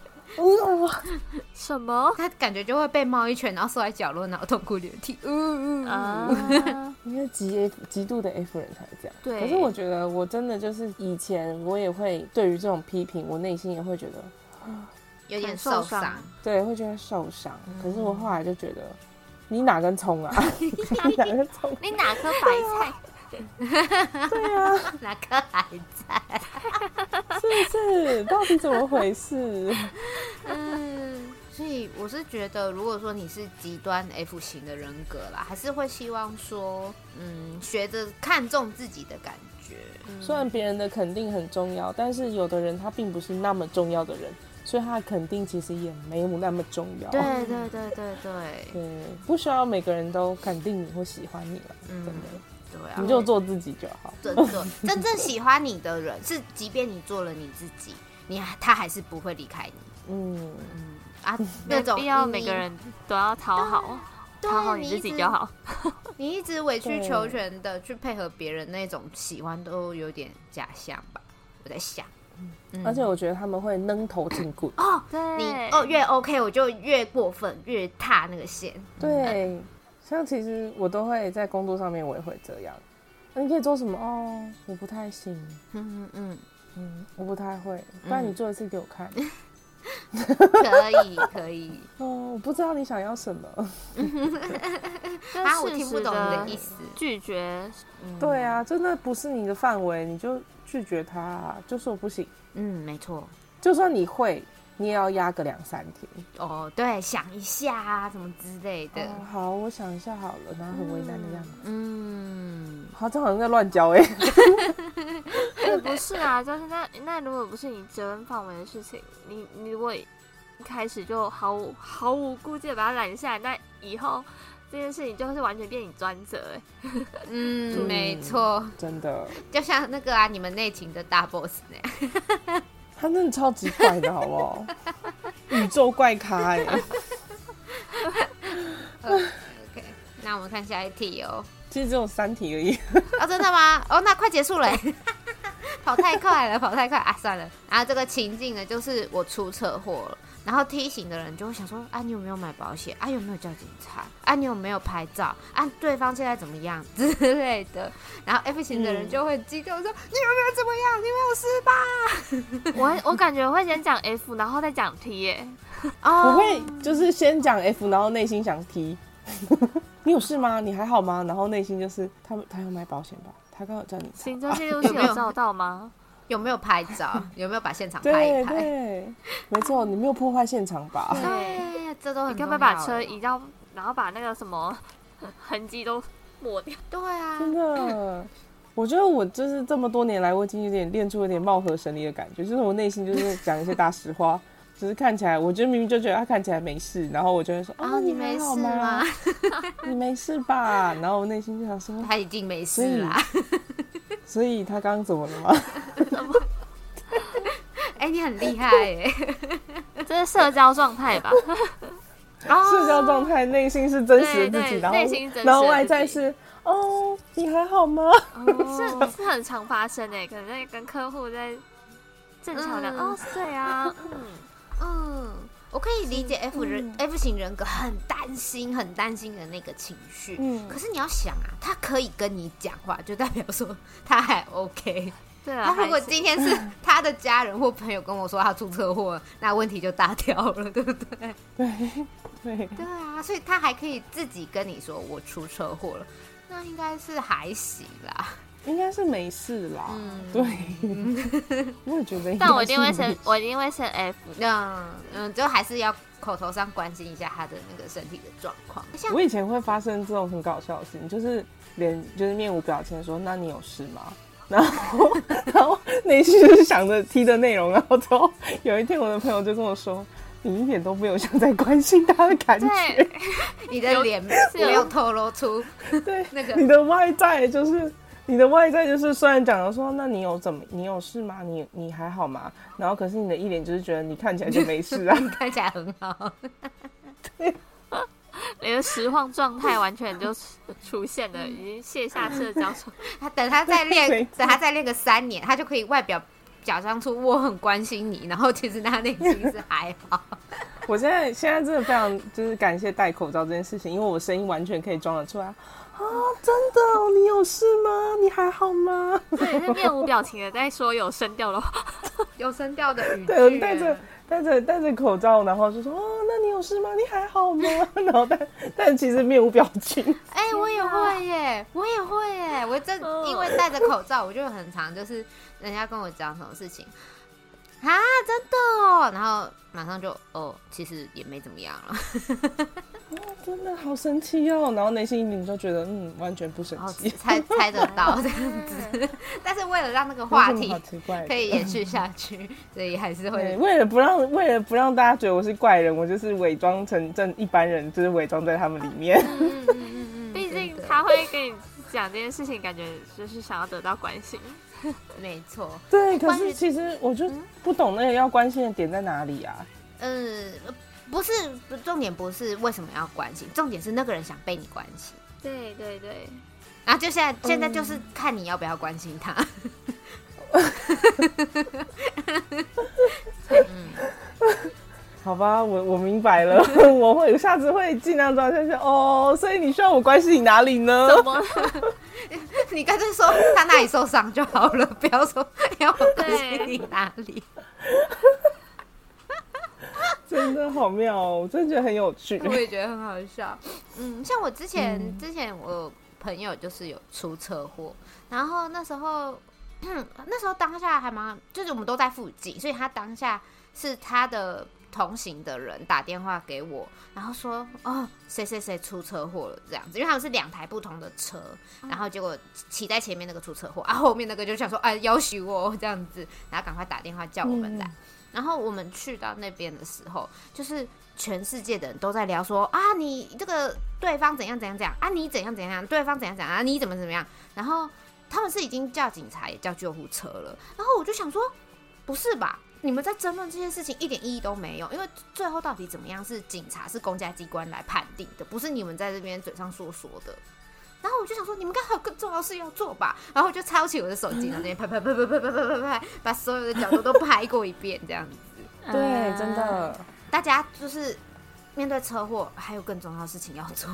S1: 什么
S3: 他感觉就会被猫一拳，然后缩在角落，然后痛哭流涕。呜呜
S1: 啊？
S3: 嗯
S2: 因为极 F 极度的 F 人才这样。
S3: 对
S2: 可是我觉得我真的就是以前我也会对于这种批评，我内心也会觉得，
S3: 有点
S1: 很受
S3: 受
S1: 伤
S3: 伤。
S2: 对，会觉得受伤。可
S3: 嗯
S2: 是我后来就觉得，你哪根 葱啊？ 你哪根葱？
S1: 你哪颗白菜？
S3: 哪个孩子？
S2: 是不是？到底怎么回事？
S3: 嗯， 所以我是觉得，如果说你是极端 F 型的人格啦，还是会希望说，嗯，学着看重自己的感觉。
S2: 虽然别人的肯定很重要，但是有的人他并不是那么重要的人，所以他的肯定其实也没有那么重要。
S3: 对对对对对，
S2: 对，不需要每个人都肯定你或喜欢你了，
S3: 嗯
S2: 真的，
S3: 对啊，
S2: 你就做自己就好。
S3: 真的真正喜欢你的人，是即便你做了你自己，你还他还是不会离开你。
S2: 嗯，
S3: 嗯啊， 那
S1: 没
S3: 种
S1: 必要
S3: 你
S1: 每个人都要讨好，
S3: 对
S1: 讨好你自己就。好。
S3: 你一直你一直委曲
S2: 对
S3: 求全的去配合别人那种喜欢，都有点假象吧？我在想，嗯
S2: 而且我觉得他们会扔头进骨。
S3: 哦，
S1: 对，
S3: 你哦越 OK，我就越过分，越踏那个线。
S2: 对，像其实我都会在工作上面，我也会这样。啊那你可以做什么？哦，我不太行，
S3: 嗯嗯嗯，
S2: 嗯，我不太会。不然你做一次给我看。
S3: 嗯可以可 以。
S2: 哦，我不知道你想要什么。
S1: 就
S3: 啊，我
S1: 适
S3: 听不
S1: 时
S3: 懂你的意
S1: 地
S3: 思。
S1: 拒绝，
S2: 对啊，真的不是你的范围，你就拒绝他、就说不行。
S3: 嗯，没错。
S2: 就算你会，你也要压个两三天。
S3: 哦，对，想一下啊，什么之类的。
S2: 哦，好，我想一下好了，然后很为难的样子。
S3: 嗯，
S2: 好，这好像在乱教哎、
S1: 也不是啊，就是那那如果不是你责任范围的事情，你你如果一开始就毫无毫无顾忌的把它揽下来，那以后这件事情就是完全变你专责、欸。
S3: 嗯，没错，
S2: 真的，
S3: 就像那个啊，你们内勤的大 boss 那样，
S2: 他真的超级怪的，好不 好？宇宙怪咖哎、
S3: 那我们看下一题哦。
S2: 其实只有三题 而已。
S3: 哦，真的吗？哦，那快结束了欸， 跑太快了，跑太快啊！算了，然后这个情境呢，就是我出车祸了，然后 T 型的人就会想说，啊，你有没有买保险？啊，有没有叫警察？啊，你有没有拍照？啊，对方现在怎么样 之类的。然后 F 型的人
S2: 嗯
S3: 就会很激动说，你有没有怎么样？你有没有事吧？
S1: 我会我感觉会先讲 F，然后再讲 T 欸耶、
S2: 我
S3: 哦，
S2: 会就是先讲 F，然后内心想 T。你有事吗？你还好吗？然后内心就是他们，他有买保险吧？他刚好叫你查
S1: 行车记录器
S3: 有没有
S1: 哦有照到吗？
S3: 有没有拍 照？有没有把现场拍一
S2: 对
S3: 拍？
S2: 对，没错，你没有破坏现场吧？
S3: 对，这都很
S1: 你该不
S3: 重
S1: 会把
S3: 要
S1: 车
S3: 欸
S1: 移到，然后把那个什么痕迹都抹 掉？
S3: 对啊，
S2: 真的，我觉得我就是这么多年来，我已经有点练出有点貌合神离的感觉，就是我内心就是讲一些大实话，只是看起来，我觉得明明就觉得他看起来没事，然后我就会说
S3: 啊，
S1: 哦
S2: 啊，
S3: 你
S2: 你
S3: 没
S2: 还好
S3: 事吗？？
S2: 你没事吧？然后我内心就想说，
S3: 他已经没
S2: 所
S3: 事
S2: 以
S3: 啦。
S2: 所以他刚刚怎么了吗？
S3: 哎、你很厉害哎、
S1: 这是社交状态吧？
S2: 社交状态，内心是真实的自己，
S1: 哦对对
S2: 然
S1: 内心
S2: 后
S1: 真实
S2: 然后
S1: 的
S2: 外
S1: 自
S2: 在
S1: 己
S2: 是哦，你还好吗？
S1: 哦是是很常发生欸诶、可能在跟客户在正常的、
S3: 嗯
S1: 哦，对 啊，
S3: 嗯，我可以理解 F 人、F 型人格很担心、很担心的那个情绪。
S2: 嗯
S3: 可是你要想啊，他可以跟你讲话，就代表说他还 OK。
S1: 对 啊。
S3: 他如果
S1: 还行
S3: 今天是 他的家人或朋友跟我说他出车祸，那问题就大条了，对不对？
S2: 对对，
S3: 对啊，所以他还可以自己跟你说我出车祸了，那应该是还行啦。
S2: 应该是没事啦。
S3: 嗯
S2: 对， 我也觉得应该是没事。
S1: 但我一定会 先，我一定会先 F。
S3: 那嗯，就还是要口头上关心一下他的那个身体的状况。像
S2: 我以前会发生这种很搞笑的事情，就是脸就是面无表情地说：“那你有事吗？” 然后然后内心就是想着 T 的内容，然后之后有一天我的朋友就跟我说：“你一点都没有像在关心他的感觉，
S1: 对，
S3: 你的脸
S1: 有
S3: 没有透露出
S2: 对，
S3: 那个
S2: 你的外在就是。”你的外在就是虽然讲了说，那你有怎么，你有事吗？你你还好吗？然后可是你的一脸就是觉得你看起来就没事啊，
S3: 看起来很好，
S1: 你的实况状态完全就出现了，已经卸下社交手
S3: 他等他再
S2: 没
S3: 练，
S2: 错
S3: 等他再练个三年，他就可以外表假装出我很关心你，然后其实他内心是还好。
S2: 我现在现在真的非常就是感谢戴口罩这件事情，因为我声音完全可以装得出来。啊，真的哦、你有事吗？你还好吗？
S1: 对，是面无表情的在说有声调的话，
S3: 有声调的语
S2: 对，我戴着戴着戴着口罩，然后就说哦，那你有事吗？你还好吗？ 然后但但其实面无表情。
S3: 哎、我也会耶，我也会耶，我真
S1: 嗯
S3: 因为戴着口罩，我就很常就是人家跟我讲什么事情啊，真的哦，然后马上就哦，其实也没怎么样了，
S2: 哦真的好神奇哦，然后内心一点就觉得嗯，完全不神
S3: 然后
S2: 奇，
S3: 猜猜得到这样子，但是为了让那个 话
S2: 有什么
S3: 题
S2: 好奇怪的
S3: 可以延续下去，所以还是
S2: 对，
S3: 会
S2: 为了不让为了不让大家觉得我是怪人，我就是伪装成正一般人，就是伪装在他们里面。
S3: 嗯嗯嗯嗯
S1: 毕竟
S3: 真的
S1: 他会跟你讲这件事情，感觉就是想要得到关心。
S3: 没错，
S2: 对，可
S3: 关于
S2: 是其实我就不懂那个要关心的点在哪里啊？
S3: 嗯，不是不重点不是为什么要关心，重点是那个人想被你关心。
S1: 对对对，
S3: 然后就现在，现在就是看你要不要关心 他。
S2: 好吧，我我明白 了，我会下次会尽量装下去哦。所以你需要我关心你哪里呢？
S1: 怎么了？
S3: 你干脆说他哪里受伤就好了，不要说要我关心你哪里。
S2: 真的好妙哦，我真的觉得很有趣。
S3: 我也觉得很好笑。嗯，像我之前、之前我朋友就是有出车祸，然后那时候、 嗯、那时候当下还蛮，就是我们都在附近，所以他当下是他的同行的人打电话给我，然后说哦谁谁谁出车祸了这样子，因为他们是两台不同的车，然后结果骑在前面那个出车祸， 啊后面那个就想说哎要许我这样子，然后赶快打电话叫我们来。然后我们去到那边的时候，就是全世界的人都在聊说啊，你这个对方怎样怎样怎样啊，你怎样怎样，对方怎样怎样啊，你怎么怎么样。然后他们是已经叫警察也叫救护车了，然后我就想说，不是吧？你们在争论这些事情一点意义都没有，因为最后到底怎么样是警察是公家机关来判定的，不是你们在这边嘴上说说的。然后我就想说，你们该还有更重要的事要做吧。然后我就抄起我的手机，然后在那边拍拍拍拍拍拍拍拍拍，把所有的角度都拍过一遍，这样子。
S2: 对，真的，
S3: 大家就是面对车祸，还有更重要的事情要做，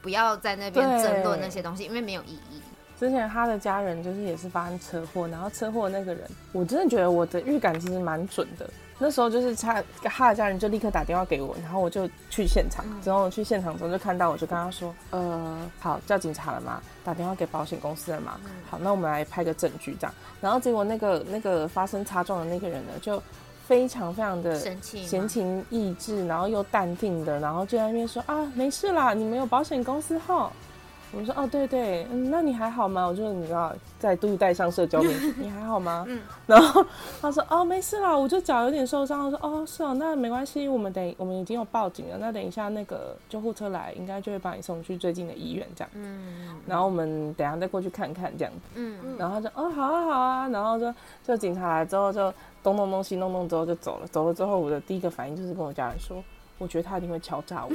S3: 不要在那边
S2: 对
S3: 争论那些东西，因为没有意义。
S2: 之前他的家人就是也是发生车祸，然后车祸那个人，我真的觉得我的预感其实蛮准的。那时候就是他他的家人就立刻打电话给我，然后我就去现场。之后去现场之后就看到，我就跟他说：“呃，好，叫警察了吗？打电话给保险公司了吗？好，那我们来拍个证据这样。”然后结果那个那个发生擦撞的那个人呢，就非常非常的
S3: 生气吗
S2: 闲情逸致，然后又淡定的，然后就在那边说：“啊，没事啦，你们有保险公司号。”我说哦，对对，嗯，那你还好吗？我就你知道，再度带上社交 媒体，你还好吗？嗯，然后他说哦，没事啦，我就脚有点受伤。我说哦，是哦，那没关系，我们等我们已经有报警了，那等一下那个救护车来，应该就会把你送去最近的医院这样。
S3: 嗯
S2: 然后我们等一下再过去看看这样子。
S3: 嗯，
S2: 然后他就哦，好啊，好啊，然后就就警察来之后就东弄弄西弄弄之后就走了。走了之后，我的第一个反应就是跟我家人说，我觉得他一定会敲 诈我。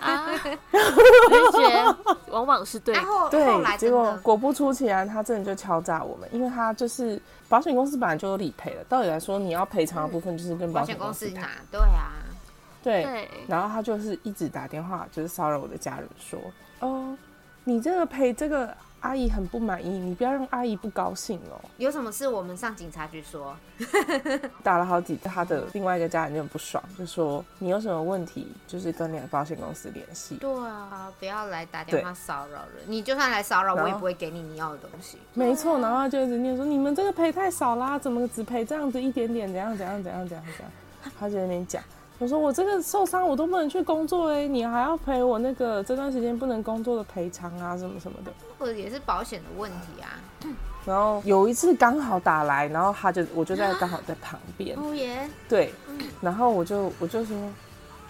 S1: 啊，直觉往往是对的
S3: 然。后后来
S2: 对，结
S3: 真
S2: 果
S3: 的
S2: 果不出其然，他真的就敲诈我们，因为他就是保险公司本来就有理赔了，道理来说你要赔偿的部分就是跟
S3: 嗯保
S2: 险
S3: 险公
S2: 司
S3: 司
S2: 谈。
S3: 拿，对啊，
S2: 对，
S1: 对，
S2: 然后他就是一直打电话，就是骚扰我的家人说，哦，你这个赔这个阿姨很不满意，你不要让阿姨不高兴哦。
S3: 有什么事我们上警察局说，
S2: 打了好几，他的另外一个家人就很不爽，就说你有什么问题，就是跟你的保险公司联系。
S3: 对啊，不要来打电话骚扰人，你就算来骚扰
S2: 然
S3: 我
S2: 后
S3: 也不会给你你要的东西，
S2: 没错，然后他就一直念说你们这个赔太少啦，怎么只赔这样子一点点，怎样怎样怎样怎样怎样。他就在那边讲，我说我这个受伤我都不能去工作哎、你还要赔我那个这段时间不能工作的赔偿啊什么什么的。
S3: 或者也是保险的问题啊，
S2: 然后有一次刚好打来，然后他就我就在刚好在旁边，
S3: 哦耶，
S2: 对，然后我就我就说，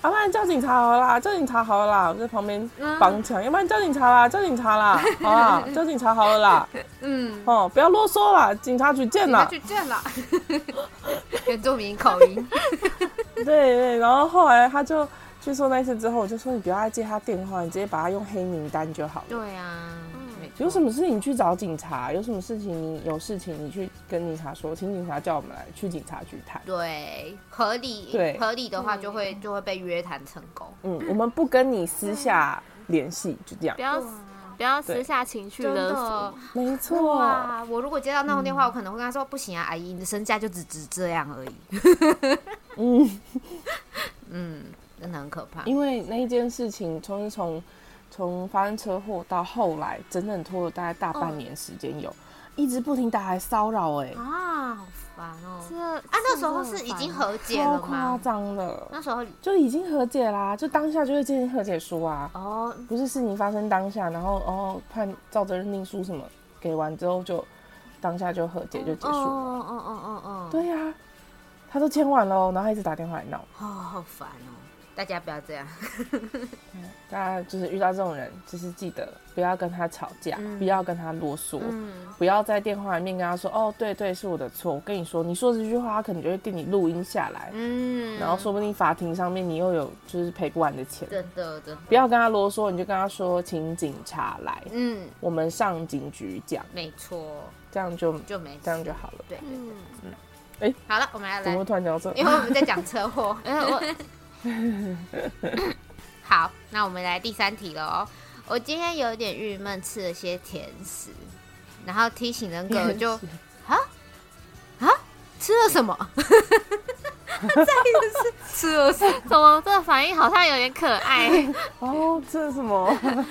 S2: 要、不然叫警察好了啦，叫警察好了啦，我在旁边帮腔，要不然叫警察啦，叫警 察啦，好啦，叫警察好了啦，
S3: 嗯，
S2: 哦，不要啰嗦啦，警察局见
S3: 那
S2: 啦。
S3: 去见了，啊 原住民口音，
S2: 对对，然后后来他就去说那次之后，我就说你不要再接他电话，你直接把他用黑名单就好了。
S3: 对啊，没错
S2: 有什么事情你去找警察，有什么事情你有事情你去跟警察说，请警察叫我们来去警察局谈。
S3: 对合理
S2: 对
S3: 合理的话就会就会被约谈成功，
S2: 嗯，我们不跟你私下联系，就这样
S1: 不。要不要私下情绪
S3: 真
S1: 勒
S3: 的
S1: 索。。
S2: 没错，
S3: 哇！我如果接到那种电话，我可能会跟他说：“不行啊，阿姨，你的身价就只值这样而已。
S2: 嗯，”
S3: 嗯，真的很可怕。
S2: 因为那一件事情从从从发生车祸到后来，整整拖了大概大半年时间
S3: 哦
S2: 有，一直不停打来骚扰、哎、
S3: 啊，好烦哦！
S1: 这啊，
S3: 啊，那时候是已经和解
S2: 超
S3: 了
S2: 夸
S3: 吗？
S2: 张的。
S3: 那时候
S2: 就已经和解啦，就当下就会签和解书啊，
S3: 哦，
S2: 不是事情发生当下，然后哦判照着认定书什么给完之后就当下就和解就结束
S3: 哦
S2: 了。
S3: 哦哦哦哦，
S2: 对呀、他都签完了哦，然后他一直打电话来闹，
S3: 哦，好烦哦！大家不要这样，
S2: 大家就是遇到这种人，就是记得不要跟他吵架，
S3: 嗯
S2: 不要跟他啰嗦。
S3: 嗯，
S2: 不要在电话里面跟他说哦，对对，是我的错。我跟你说，你说这句话，他可能就会给你录音下来，
S3: 嗯，
S2: 然后说不定法庭上面你又有就是赔不完的钱。
S3: 真的真的，
S2: 不要跟他啰嗦，你就跟他说，请警察来。
S3: 嗯，
S2: 我们上警局讲，
S3: 没错，
S2: 这样就
S3: 就没
S2: 这样
S3: 事
S2: 就好了。
S3: 对。对
S1: 嗯，
S3: 好了，我们要
S2: 怎么
S3: 来，
S2: 会突然讲到这？
S3: 因为我们在讲车 祸。嗯
S1: 哎我
S3: 好，那我们来第三题了哦。我今天有点郁闷，吃了些甜食，然后提醒人 格就啊啊，吃了什么？ 再一个是 吃了什么？
S1: 怎么这反应好像有点可爱？
S2: 哦，这是什么？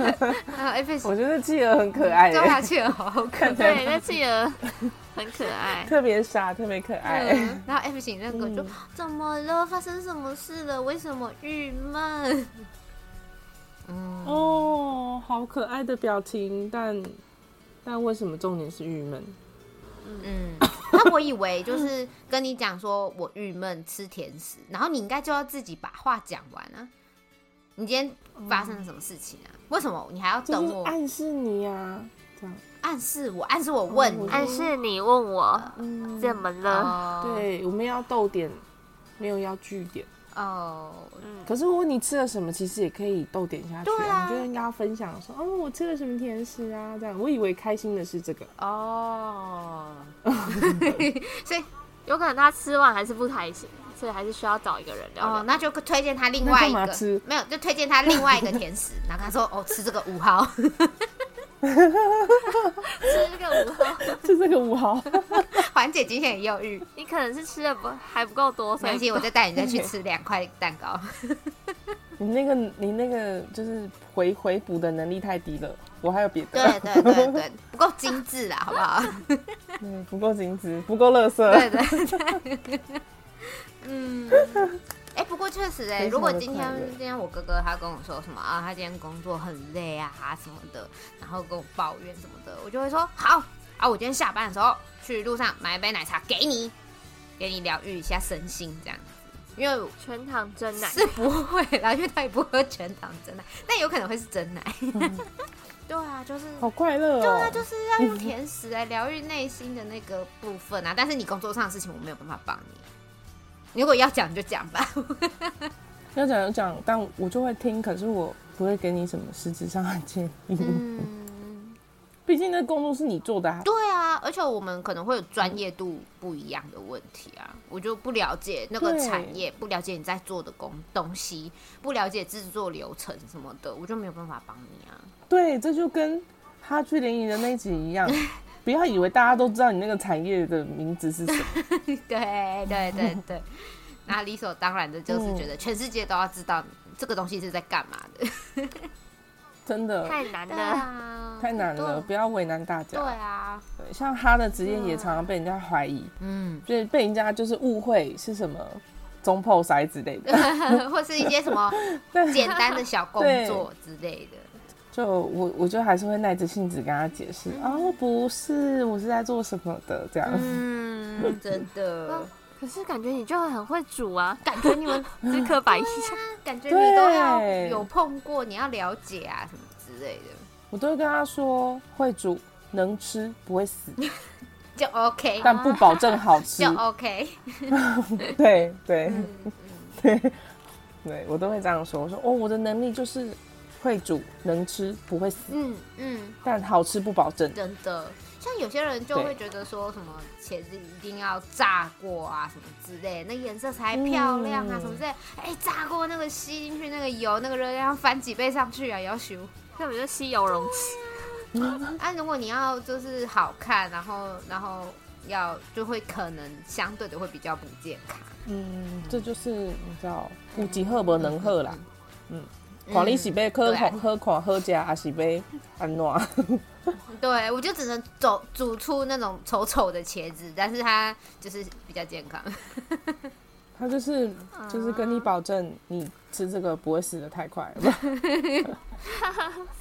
S3: 啊，哎，被
S2: 我觉得企鹅很可 爱耶
S3: 掉，下去了，好可
S2: 哦看起
S1: 对，
S2: 来
S1: 那企鹅很可 爱。
S2: 特别傻，特别可爱。
S3: 爱。嗯然后 F 型人格就
S2: 嗯
S3: 怎么了？发生什么事了？为什么郁闷？嗯，
S2: 哦，好可爱的表情，但但为什么重点是郁闷？
S3: 嗯，那我以为就是跟你讲说我郁闷吃甜食，然后你应该就要自己把话讲完啊。你今天发生了什么事情啊？为什么你还要
S2: 这
S3: 等
S2: 嗯就是
S3: 我
S2: 暗示你啊，这样。
S3: 暗示我暗示我问
S2: 哦我
S3: 你？
S1: 但是你问我
S2: 嗯，
S1: 怎么了？
S3: 哦
S2: 对，我们要逗点，没有要据点。
S3: 哦，
S2: 可是如果你吃了什么，其实也可以逗点下去、
S3: 对啊
S2: 你就应该要分享说，哦，我吃了什么甜食啊，这样。我以为开心的是 这个，
S3: 哦，所以
S1: 有可能他吃完还是不开心，所以还是需要找一个人聊
S3: 哦
S1: 聊。，
S3: 那就推荐他另外一
S2: 那干
S3: 个
S2: 嘛吃，
S3: 没有就推荐他另外一个甜食，然后他说哦吃这个五号，
S1: 吃这个午后，
S2: 就这个五号。
S3: 缓解今天的忧郁。
S1: 你可能是吃的不还不够多，
S3: 没
S1: 所
S3: 关
S1: 以
S3: 系，我再带你再去吃两块蛋糕。
S2: 你那个你那个就是回回补的能力太低了，我还有别的，
S3: 对对对对， 不够精致啦，好不好？
S2: 嗯，不够精致，不够乐色。
S3: 对对 对，嗯，哎、不过确实哎、
S2: 非常的
S3: 如果今天
S2: 快乐
S3: 今天我哥哥他跟我说什么啊，他今天工作很累啊什么的，然后跟我抱怨什么的，我就会说好啊，我今天下班的时候去路上买一杯奶茶给你，给你疗愈一下身心这样子，因为。
S1: 全糖真奶
S3: 是不会啦，因为他也不喝全糖真奶，但有可能会是真奶。对啊，就是
S2: 好快乐哦！
S3: 对啊，就是要用甜食来疗愈内心的那个部分啊。但是你工作上的事情，我没有办法帮你。如果要讲就讲吧。
S2: 要讲就讲，但我就会听，可是我不会给你什么实质上的建议。
S3: 嗯，
S2: 毕竟那工作是你做的、啊，
S3: 对啊，而且我们可能会有专业度不一样的问题啊，我就不了解那个
S2: 对
S3: 产业，不了解你在做的工东西，不了解制作流程什么的，我就没有办法帮你啊。
S2: 对，这就跟哈去联谊的那一集一样，不要以为大家都知道你那个产业的名字是什么。
S3: 对对对 对，那理所当然的就是
S2: 嗯
S3: 觉得全世界都要知道这个东西是在干嘛的。
S2: 真的
S1: 太难
S3: 对
S1: 了。
S3: 啊，
S2: 太难了，不要为难大
S3: 对
S2: 家。
S3: 啊，
S2: 对像他的职业也常常被人家怀疑，
S3: 嗯，
S2: 所以被人家就是误会是什么中破塞之类 的。
S3: 或是一些什 么
S2: 但
S3: 简单的小工作之类的。
S2: 就我我就还是会耐着性子跟他解释，哦，不是，我是在做什么的这样。
S3: 嗯，真的
S1: 嗯，可是感觉你就很会煮 啊，
S3: 感觉你 们
S1: 只可百一
S3: 对啊，感觉你都要
S2: 对
S3: 有碰过，你要了解啊什么之类的，
S2: 我都会跟他说，会煮，能吃，不 会死，
S3: 就 OK，
S2: 但不保证好吃
S3: 就。OK。
S2: 对对
S3: 嗯
S2: 对对，我都会这样说。我说哦，我的能力就是会煮，能吃，不会死，
S3: 嗯嗯，
S2: 但好吃不保证。
S3: 真的。像有些人就
S2: 对
S3: 会觉得说什么茄子一定要炸过啊，什么之类，那颜色才漂亮啊，
S2: 嗯
S3: 什么之类。哎、炸过那个吸进去那个油，那个热量翻几倍上去啊，要修。
S1: 根本就吸油容器。
S3: 啊，如果你要就是好看，然后然后要就会可能相对的会比较不健康。
S2: 嗯，这就是你知道，有几喝不能喝啦。
S3: 嗯
S2: 狂力喜杯喝
S3: 对
S2: 狂喝狂喝加啊喜杯安诺，
S3: 嗯对，我就只能走煮出那种丑丑的茄子，但是它就是比较健康。
S2: 他就是
S3: 啊
S2: 就是跟你保证，你吃这个不会死的太快， 不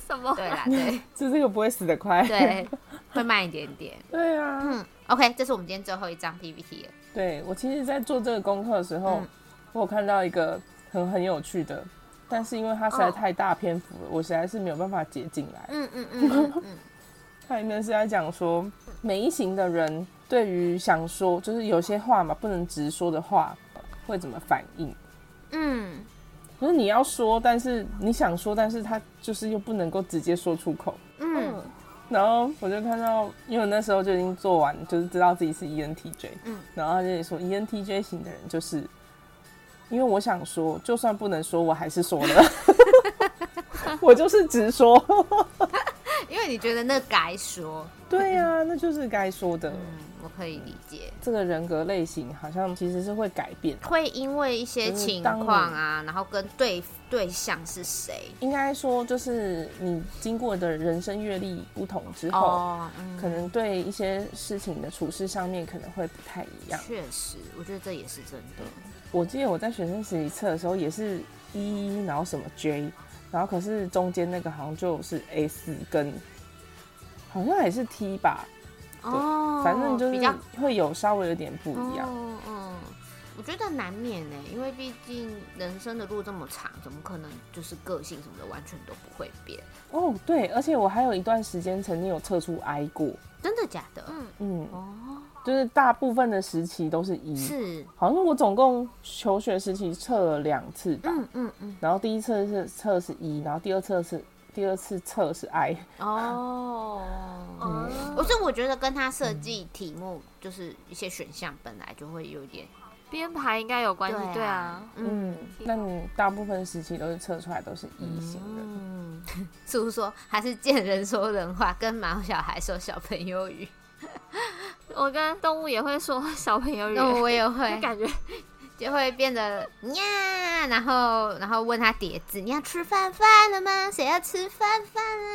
S1: 什么？
S3: 对啦，对
S2: 吃这个不会死的快。
S3: 对，会慢一点点。
S2: 对啊，
S3: 嗯，OK，这是我们今天最后一张 PPT 了。
S2: 对我其实，在做这个功课的时候，
S3: 嗯
S2: 我有看到一个很很有趣的，但是因为它实在
S1: 哦
S2: 太大篇幅了，我实在是没有办法截进来。
S3: 嗯嗯嗯嗯嗯，
S2: 它里面是在讲说，每一型的人对于想说，就是有些话嘛，不能直说的话，会怎么反应？
S3: 嗯，
S2: 就是你要说，但是你想说，但是他就是又不能够直接说出口。
S3: 嗯，
S2: 然后我就看到，因为我那时候就已经做完，就是知道自己是 E ENTJ，
S3: 嗯
S2: 然后他就说 E ENTJ 型的人就是，因为我想说，就算不能说，我还是说 了，我就是直说，
S3: 因为你觉得那该说，
S2: 对呀、那就是该说的。
S3: 嗯，我可以理解，
S2: 这个人格类型好像其实是会改变，
S3: 会因为一些
S2: 就是
S3: 情
S2: 当你
S3: 况啊，然后跟对对象是谁
S2: 应该说就是你经过的人生阅历不同之后，
S3: 哦，嗯，
S2: 可能对一些事情的处事上面可能会不太一样。
S3: 确实，我觉得这也是真的。
S2: 我记得我在学生时期测的时候也是一、然后什么 J，然后可是中间那个好像就是 S 跟，好像也是 T 吧，
S3: 哦，
S2: 反正就
S3: 比较
S2: 是会有稍微有点不一样。
S3: 哦，嗯，我觉得难免呢，因为毕竟人生的路这么长，怎么可能就是个性什么的完全都不会变？
S2: 哦，对，而且我还有一段时间曾经有测出 I 过，
S3: 真的假的？
S1: 嗯，
S2: 嗯，
S3: 哦，
S2: 就是大部分的时期都是一、
S3: 是，
S2: 好像我总共求学时期测了两次吧，
S3: 嗯嗯嗯，
S2: 然后第一次是测是一，然后第二次是第二次测是 I，嗯
S3: 哦。我
S1: 哦，
S3: 是我觉得跟他设计题目就是一些选项本来就会有点
S1: 编排应该有关系。对啊，，
S3: 嗯
S2: 嗯，那你大部分时期都是测出来都是一型的。
S3: 嗯， 是不是说还是见人说人话，跟毛小孩说小朋友语？
S1: 我跟动物也会说小朋友语
S3: 那
S1: 言，
S3: 哦我也会
S1: 就，感觉
S3: 就会变得呀，然后然后问他碟子，你要吃饭饭了吗？谁要吃饭饭啊？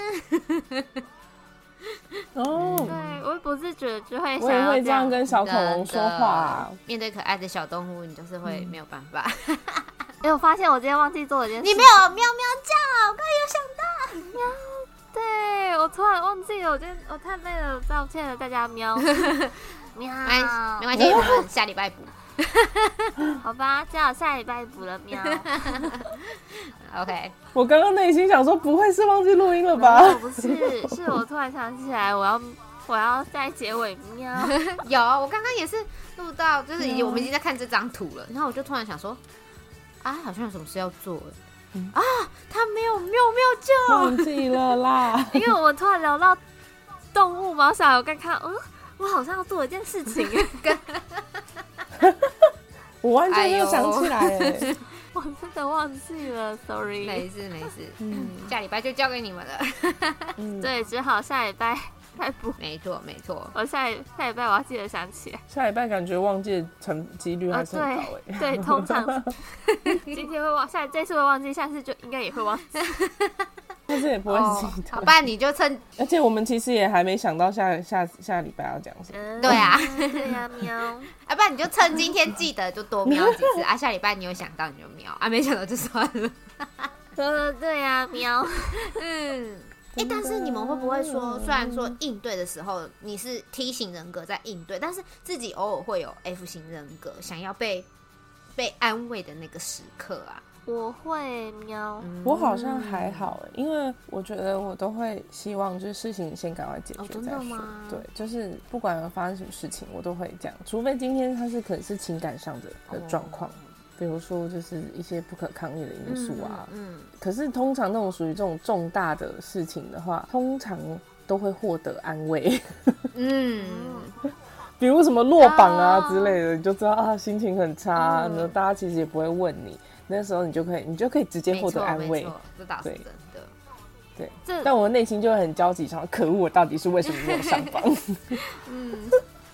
S1: 对
S2: 哦，
S1: 我不自觉就会
S2: 我
S1: 想
S2: 也
S1: 要
S2: 会这样跟小恐龙说话、
S3: 真的面对可爱的小动物，你就是会没有办 法。
S1: 哎，我发现我今天忘记做了一件事，
S3: 你没有喵喵叫，我刚有想到。
S1: 对我突然忘记了，我今天我太累了，道歉了，大 家喵喵
S3: 没，关
S2: 哎
S3: 系，没关系，我们下礼拜补。
S1: 好吧，只好下礼拜补了 喵。
S3: OK，
S2: 我刚刚内心想说，不会是忘记录音了
S1: 没有
S2: 吧？
S1: 不是，是我突然想起来，我要我要在结尾喵。。
S2: 嗯
S3: 有我刚刚也是录到，就是已经我们已经在看这张图了，然后我就突然想说，啊，好像有什么事要做、
S2: 嗯
S3: 啊，他没有没有没有
S2: 忘记了啦
S1: 因为我突然聊到动物嘛，我想我刚看，嗯，我好像要做一件事 情，
S2: 我完全没有想起来、欸，
S1: 我真的忘记了
S3: 救，没
S1: ，sorry。
S3: 事没事，
S2: 嗯
S3: 下礼拜就交给你们了。
S2: 嗯，，
S1: 对，只好下礼拜再补。
S3: 没错没错，
S1: 我下礼下礼拜我要记得想起 来。
S2: 下礼拜感觉忘记的成几率
S1: 啊，
S2: 还是很高哎、
S1: 对对，通常今天会忘，下这次会忘记，下次就应该也会忘记。
S2: 但是也不会记得。
S3: 哦好吧，你就趁
S2: 而且我们其实也还没想到下下下礼拜要讲什么。
S1: 嗯
S3: 对 啊
S1: 对呀、喵。
S3: 啊，不然你就趁今天记得就多瞄几次啊，下礼拜你有想到你就瞄啊，没想到就算了。
S1: 呃， 对呀、喵。
S3: 嗯，哎、但是你们会不会说，虽然说应对的时候你是 T 型人格在应对，但是自己偶尔会有 F 型人格想要被被安慰的那个时刻啊？
S1: 我会喵。
S3: 嗯
S2: 我好像还好欸、因为我觉得我都会希望就是事情先赶快解
S3: 哦
S2: 决
S3: 真的
S2: 再说。
S3: 吗
S2: 对，就是不管发生什么事情，我都会这样，除非今天它是可能是情感上的的状况，比如说就是一些不可抗力的因素啊。
S3: 嗯，
S2: 可是通常那种属于这种重大的事情的话，通常都会获得安慰，
S3: 嗯
S2: 比如什么落榜啊
S1: 啊
S2: 之类的，你就知道啊心情很差、啊，
S3: 哦嗯
S2: 然后大家其实也不会问你，那时候你就可以你就可以直接
S3: 没
S2: 获
S3: 错
S2: 得安
S3: 没
S2: 慰。
S3: 错，这倒是
S2: 对
S3: 真的。
S1: 这
S2: 但我内心就会很焦急，想可恶，我到底是为什么没有上 榜？
S3: 嗯，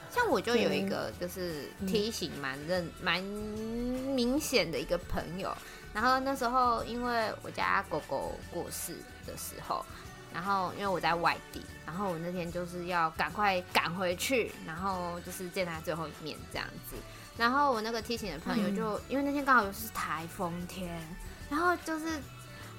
S3: 像我就有一个就是梯形蛮认蛮明显的一个朋友，然后那时候因为我家狗狗过世的时候，然后因为我在外地，然后我那天就是要赶快赶回去，然后就是见他最后一面这样子。然后我那个梯形的朋友就、因为那天刚好又是台风天，然后就是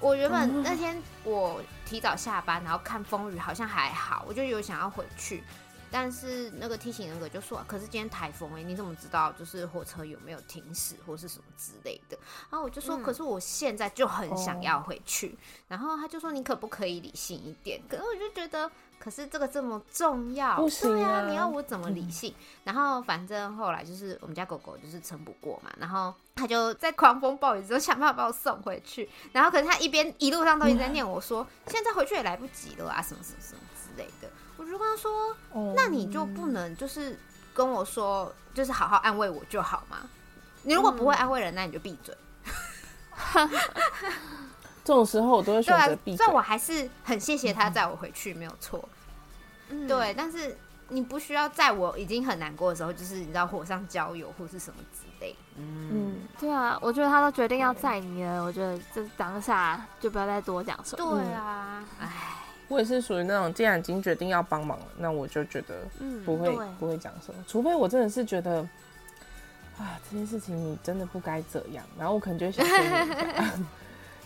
S3: 我原本那天我提早下班，然后看风雨好像还好，我就有想要回去，但是那个梯形人格就说，可是今天台风哎、你怎么知道就是火车有没有停驶或是什么之类的？然后我就说，
S1: 嗯
S3: 可是我现在就很想要回去。然后他就说，你可不可以理性一点？可是我就觉得，可是这个这么重要，
S2: 不行啊嗯
S3: 对啊，你要我怎么理性？然后反正后来就是我们家狗狗就是撑不过嘛，然后他就在狂风暴雨之后想办法把我送回去，然后可是他一边一路上都一直在念我说，现在回去也来不及了啊，什么什么什么之类的。我就跟他说，那你就不能就是跟我说，就是好好安慰我就好吗？你如果不会
S2: 嗯
S3: 安慰人，那你就闭嘴。
S2: 这种时候我都会
S3: 对
S2: 选
S3: 啊
S2: 择，闭
S3: 虽
S2: 嘴嗯
S3: 然。我还是很谢谢他载我回去，没有错。
S1: 嗯
S3: 对，但是你不需要在我已经很难过的时候，就是你知道火上浇油或是什么之类。
S2: 嗯，
S1: 对啊，我觉得他都决定要载你了，我觉得这当下就不要再多讲什么。
S3: 对啊，哎，
S2: 我也是属于那种，既然已经决定要帮忙了，那我就觉得
S1: 嗯，
S2: 不会、
S1: 对
S2: 不会讲什么，除非我真的是觉得啊这件事情你真的不该这样，然后我可能就会想说你 干嘛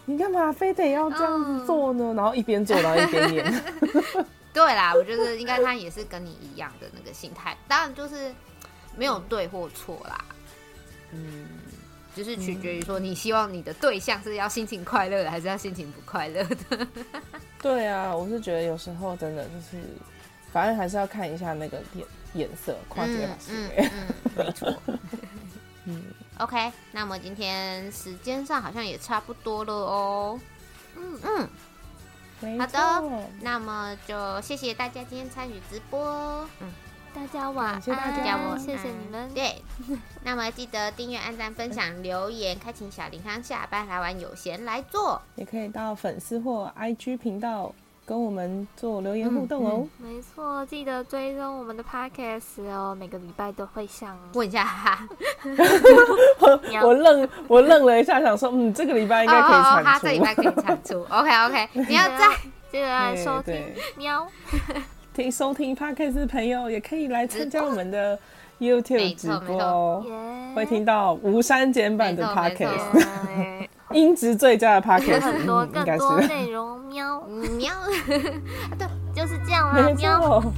S2: 你干嘛非得要这样子做
S3: 嗯
S2: 呢？然后一边做然后一边演，
S3: 对啦，我觉得应该他也是跟你一样的那个心态，当然就是没有对或错啦。嗯，就是取决于说你希望你的对象是要心情快乐的，还是要心情不快乐的。
S2: 对啊，我是觉得有时候真的就是，反正还是要看一下那个脸颜色，跨界老师、
S3: 嗯嗯嗯，没 错。
S2: 嗯
S3: OK，那么今天时间上好像也差不多了哦。嗯嗯，
S2: 没
S3: 好的
S2: 错。
S3: 那么就谢谢大家今天参与直播。嗯，
S1: 大家嗯晚安，
S2: 感谢大家晚安
S1: 谢谢你
S2: 嗯
S1: 们。
S3: 对，那么记得订阅、按赞、分享、留言，开启小铃铛，下班来玩有闲来 做。
S2: 也可以到粉丝或 IG 频道跟我们做留
S3: 嗯
S2: 言互动哦。
S1: 没错，记得追踪我们的 podcast 哦，每个礼拜都会上。
S3: 问一下哈，
S1: 喵
S2: 我愣我愣了一下，想说，嗯，这个礼拜应该可以
S3: 嗯哦哦哦
S2: 产出。
S3: 他这礼拜可以产出。OK OK，你要再
S1: 记得来收听
S2: 对
S1: 喵。
S2: 听收听 podcast 的朋友也可以来参加
S3: 直播
S2: 我们的
S3: 没
S2: YouTube 直
S3: 错
S2: 播哦，
S1: 耶，
S2: 会听到无删减版的
S3: 没错没错
S2: podcast，
S1: 耶。
S2: 音质 最佳的
S1: 有
S2: podcast，
S1: 很多
S2: 嗯应
S1: 更
S2: 该
S1: 多
S2: 是
S3: 嗯
S1: 内容喵，
S3: 喵。
S1: 就是这样啦
S2: 嗯
S3: 啊
S2: 没
S1: 喵。
S2: 错。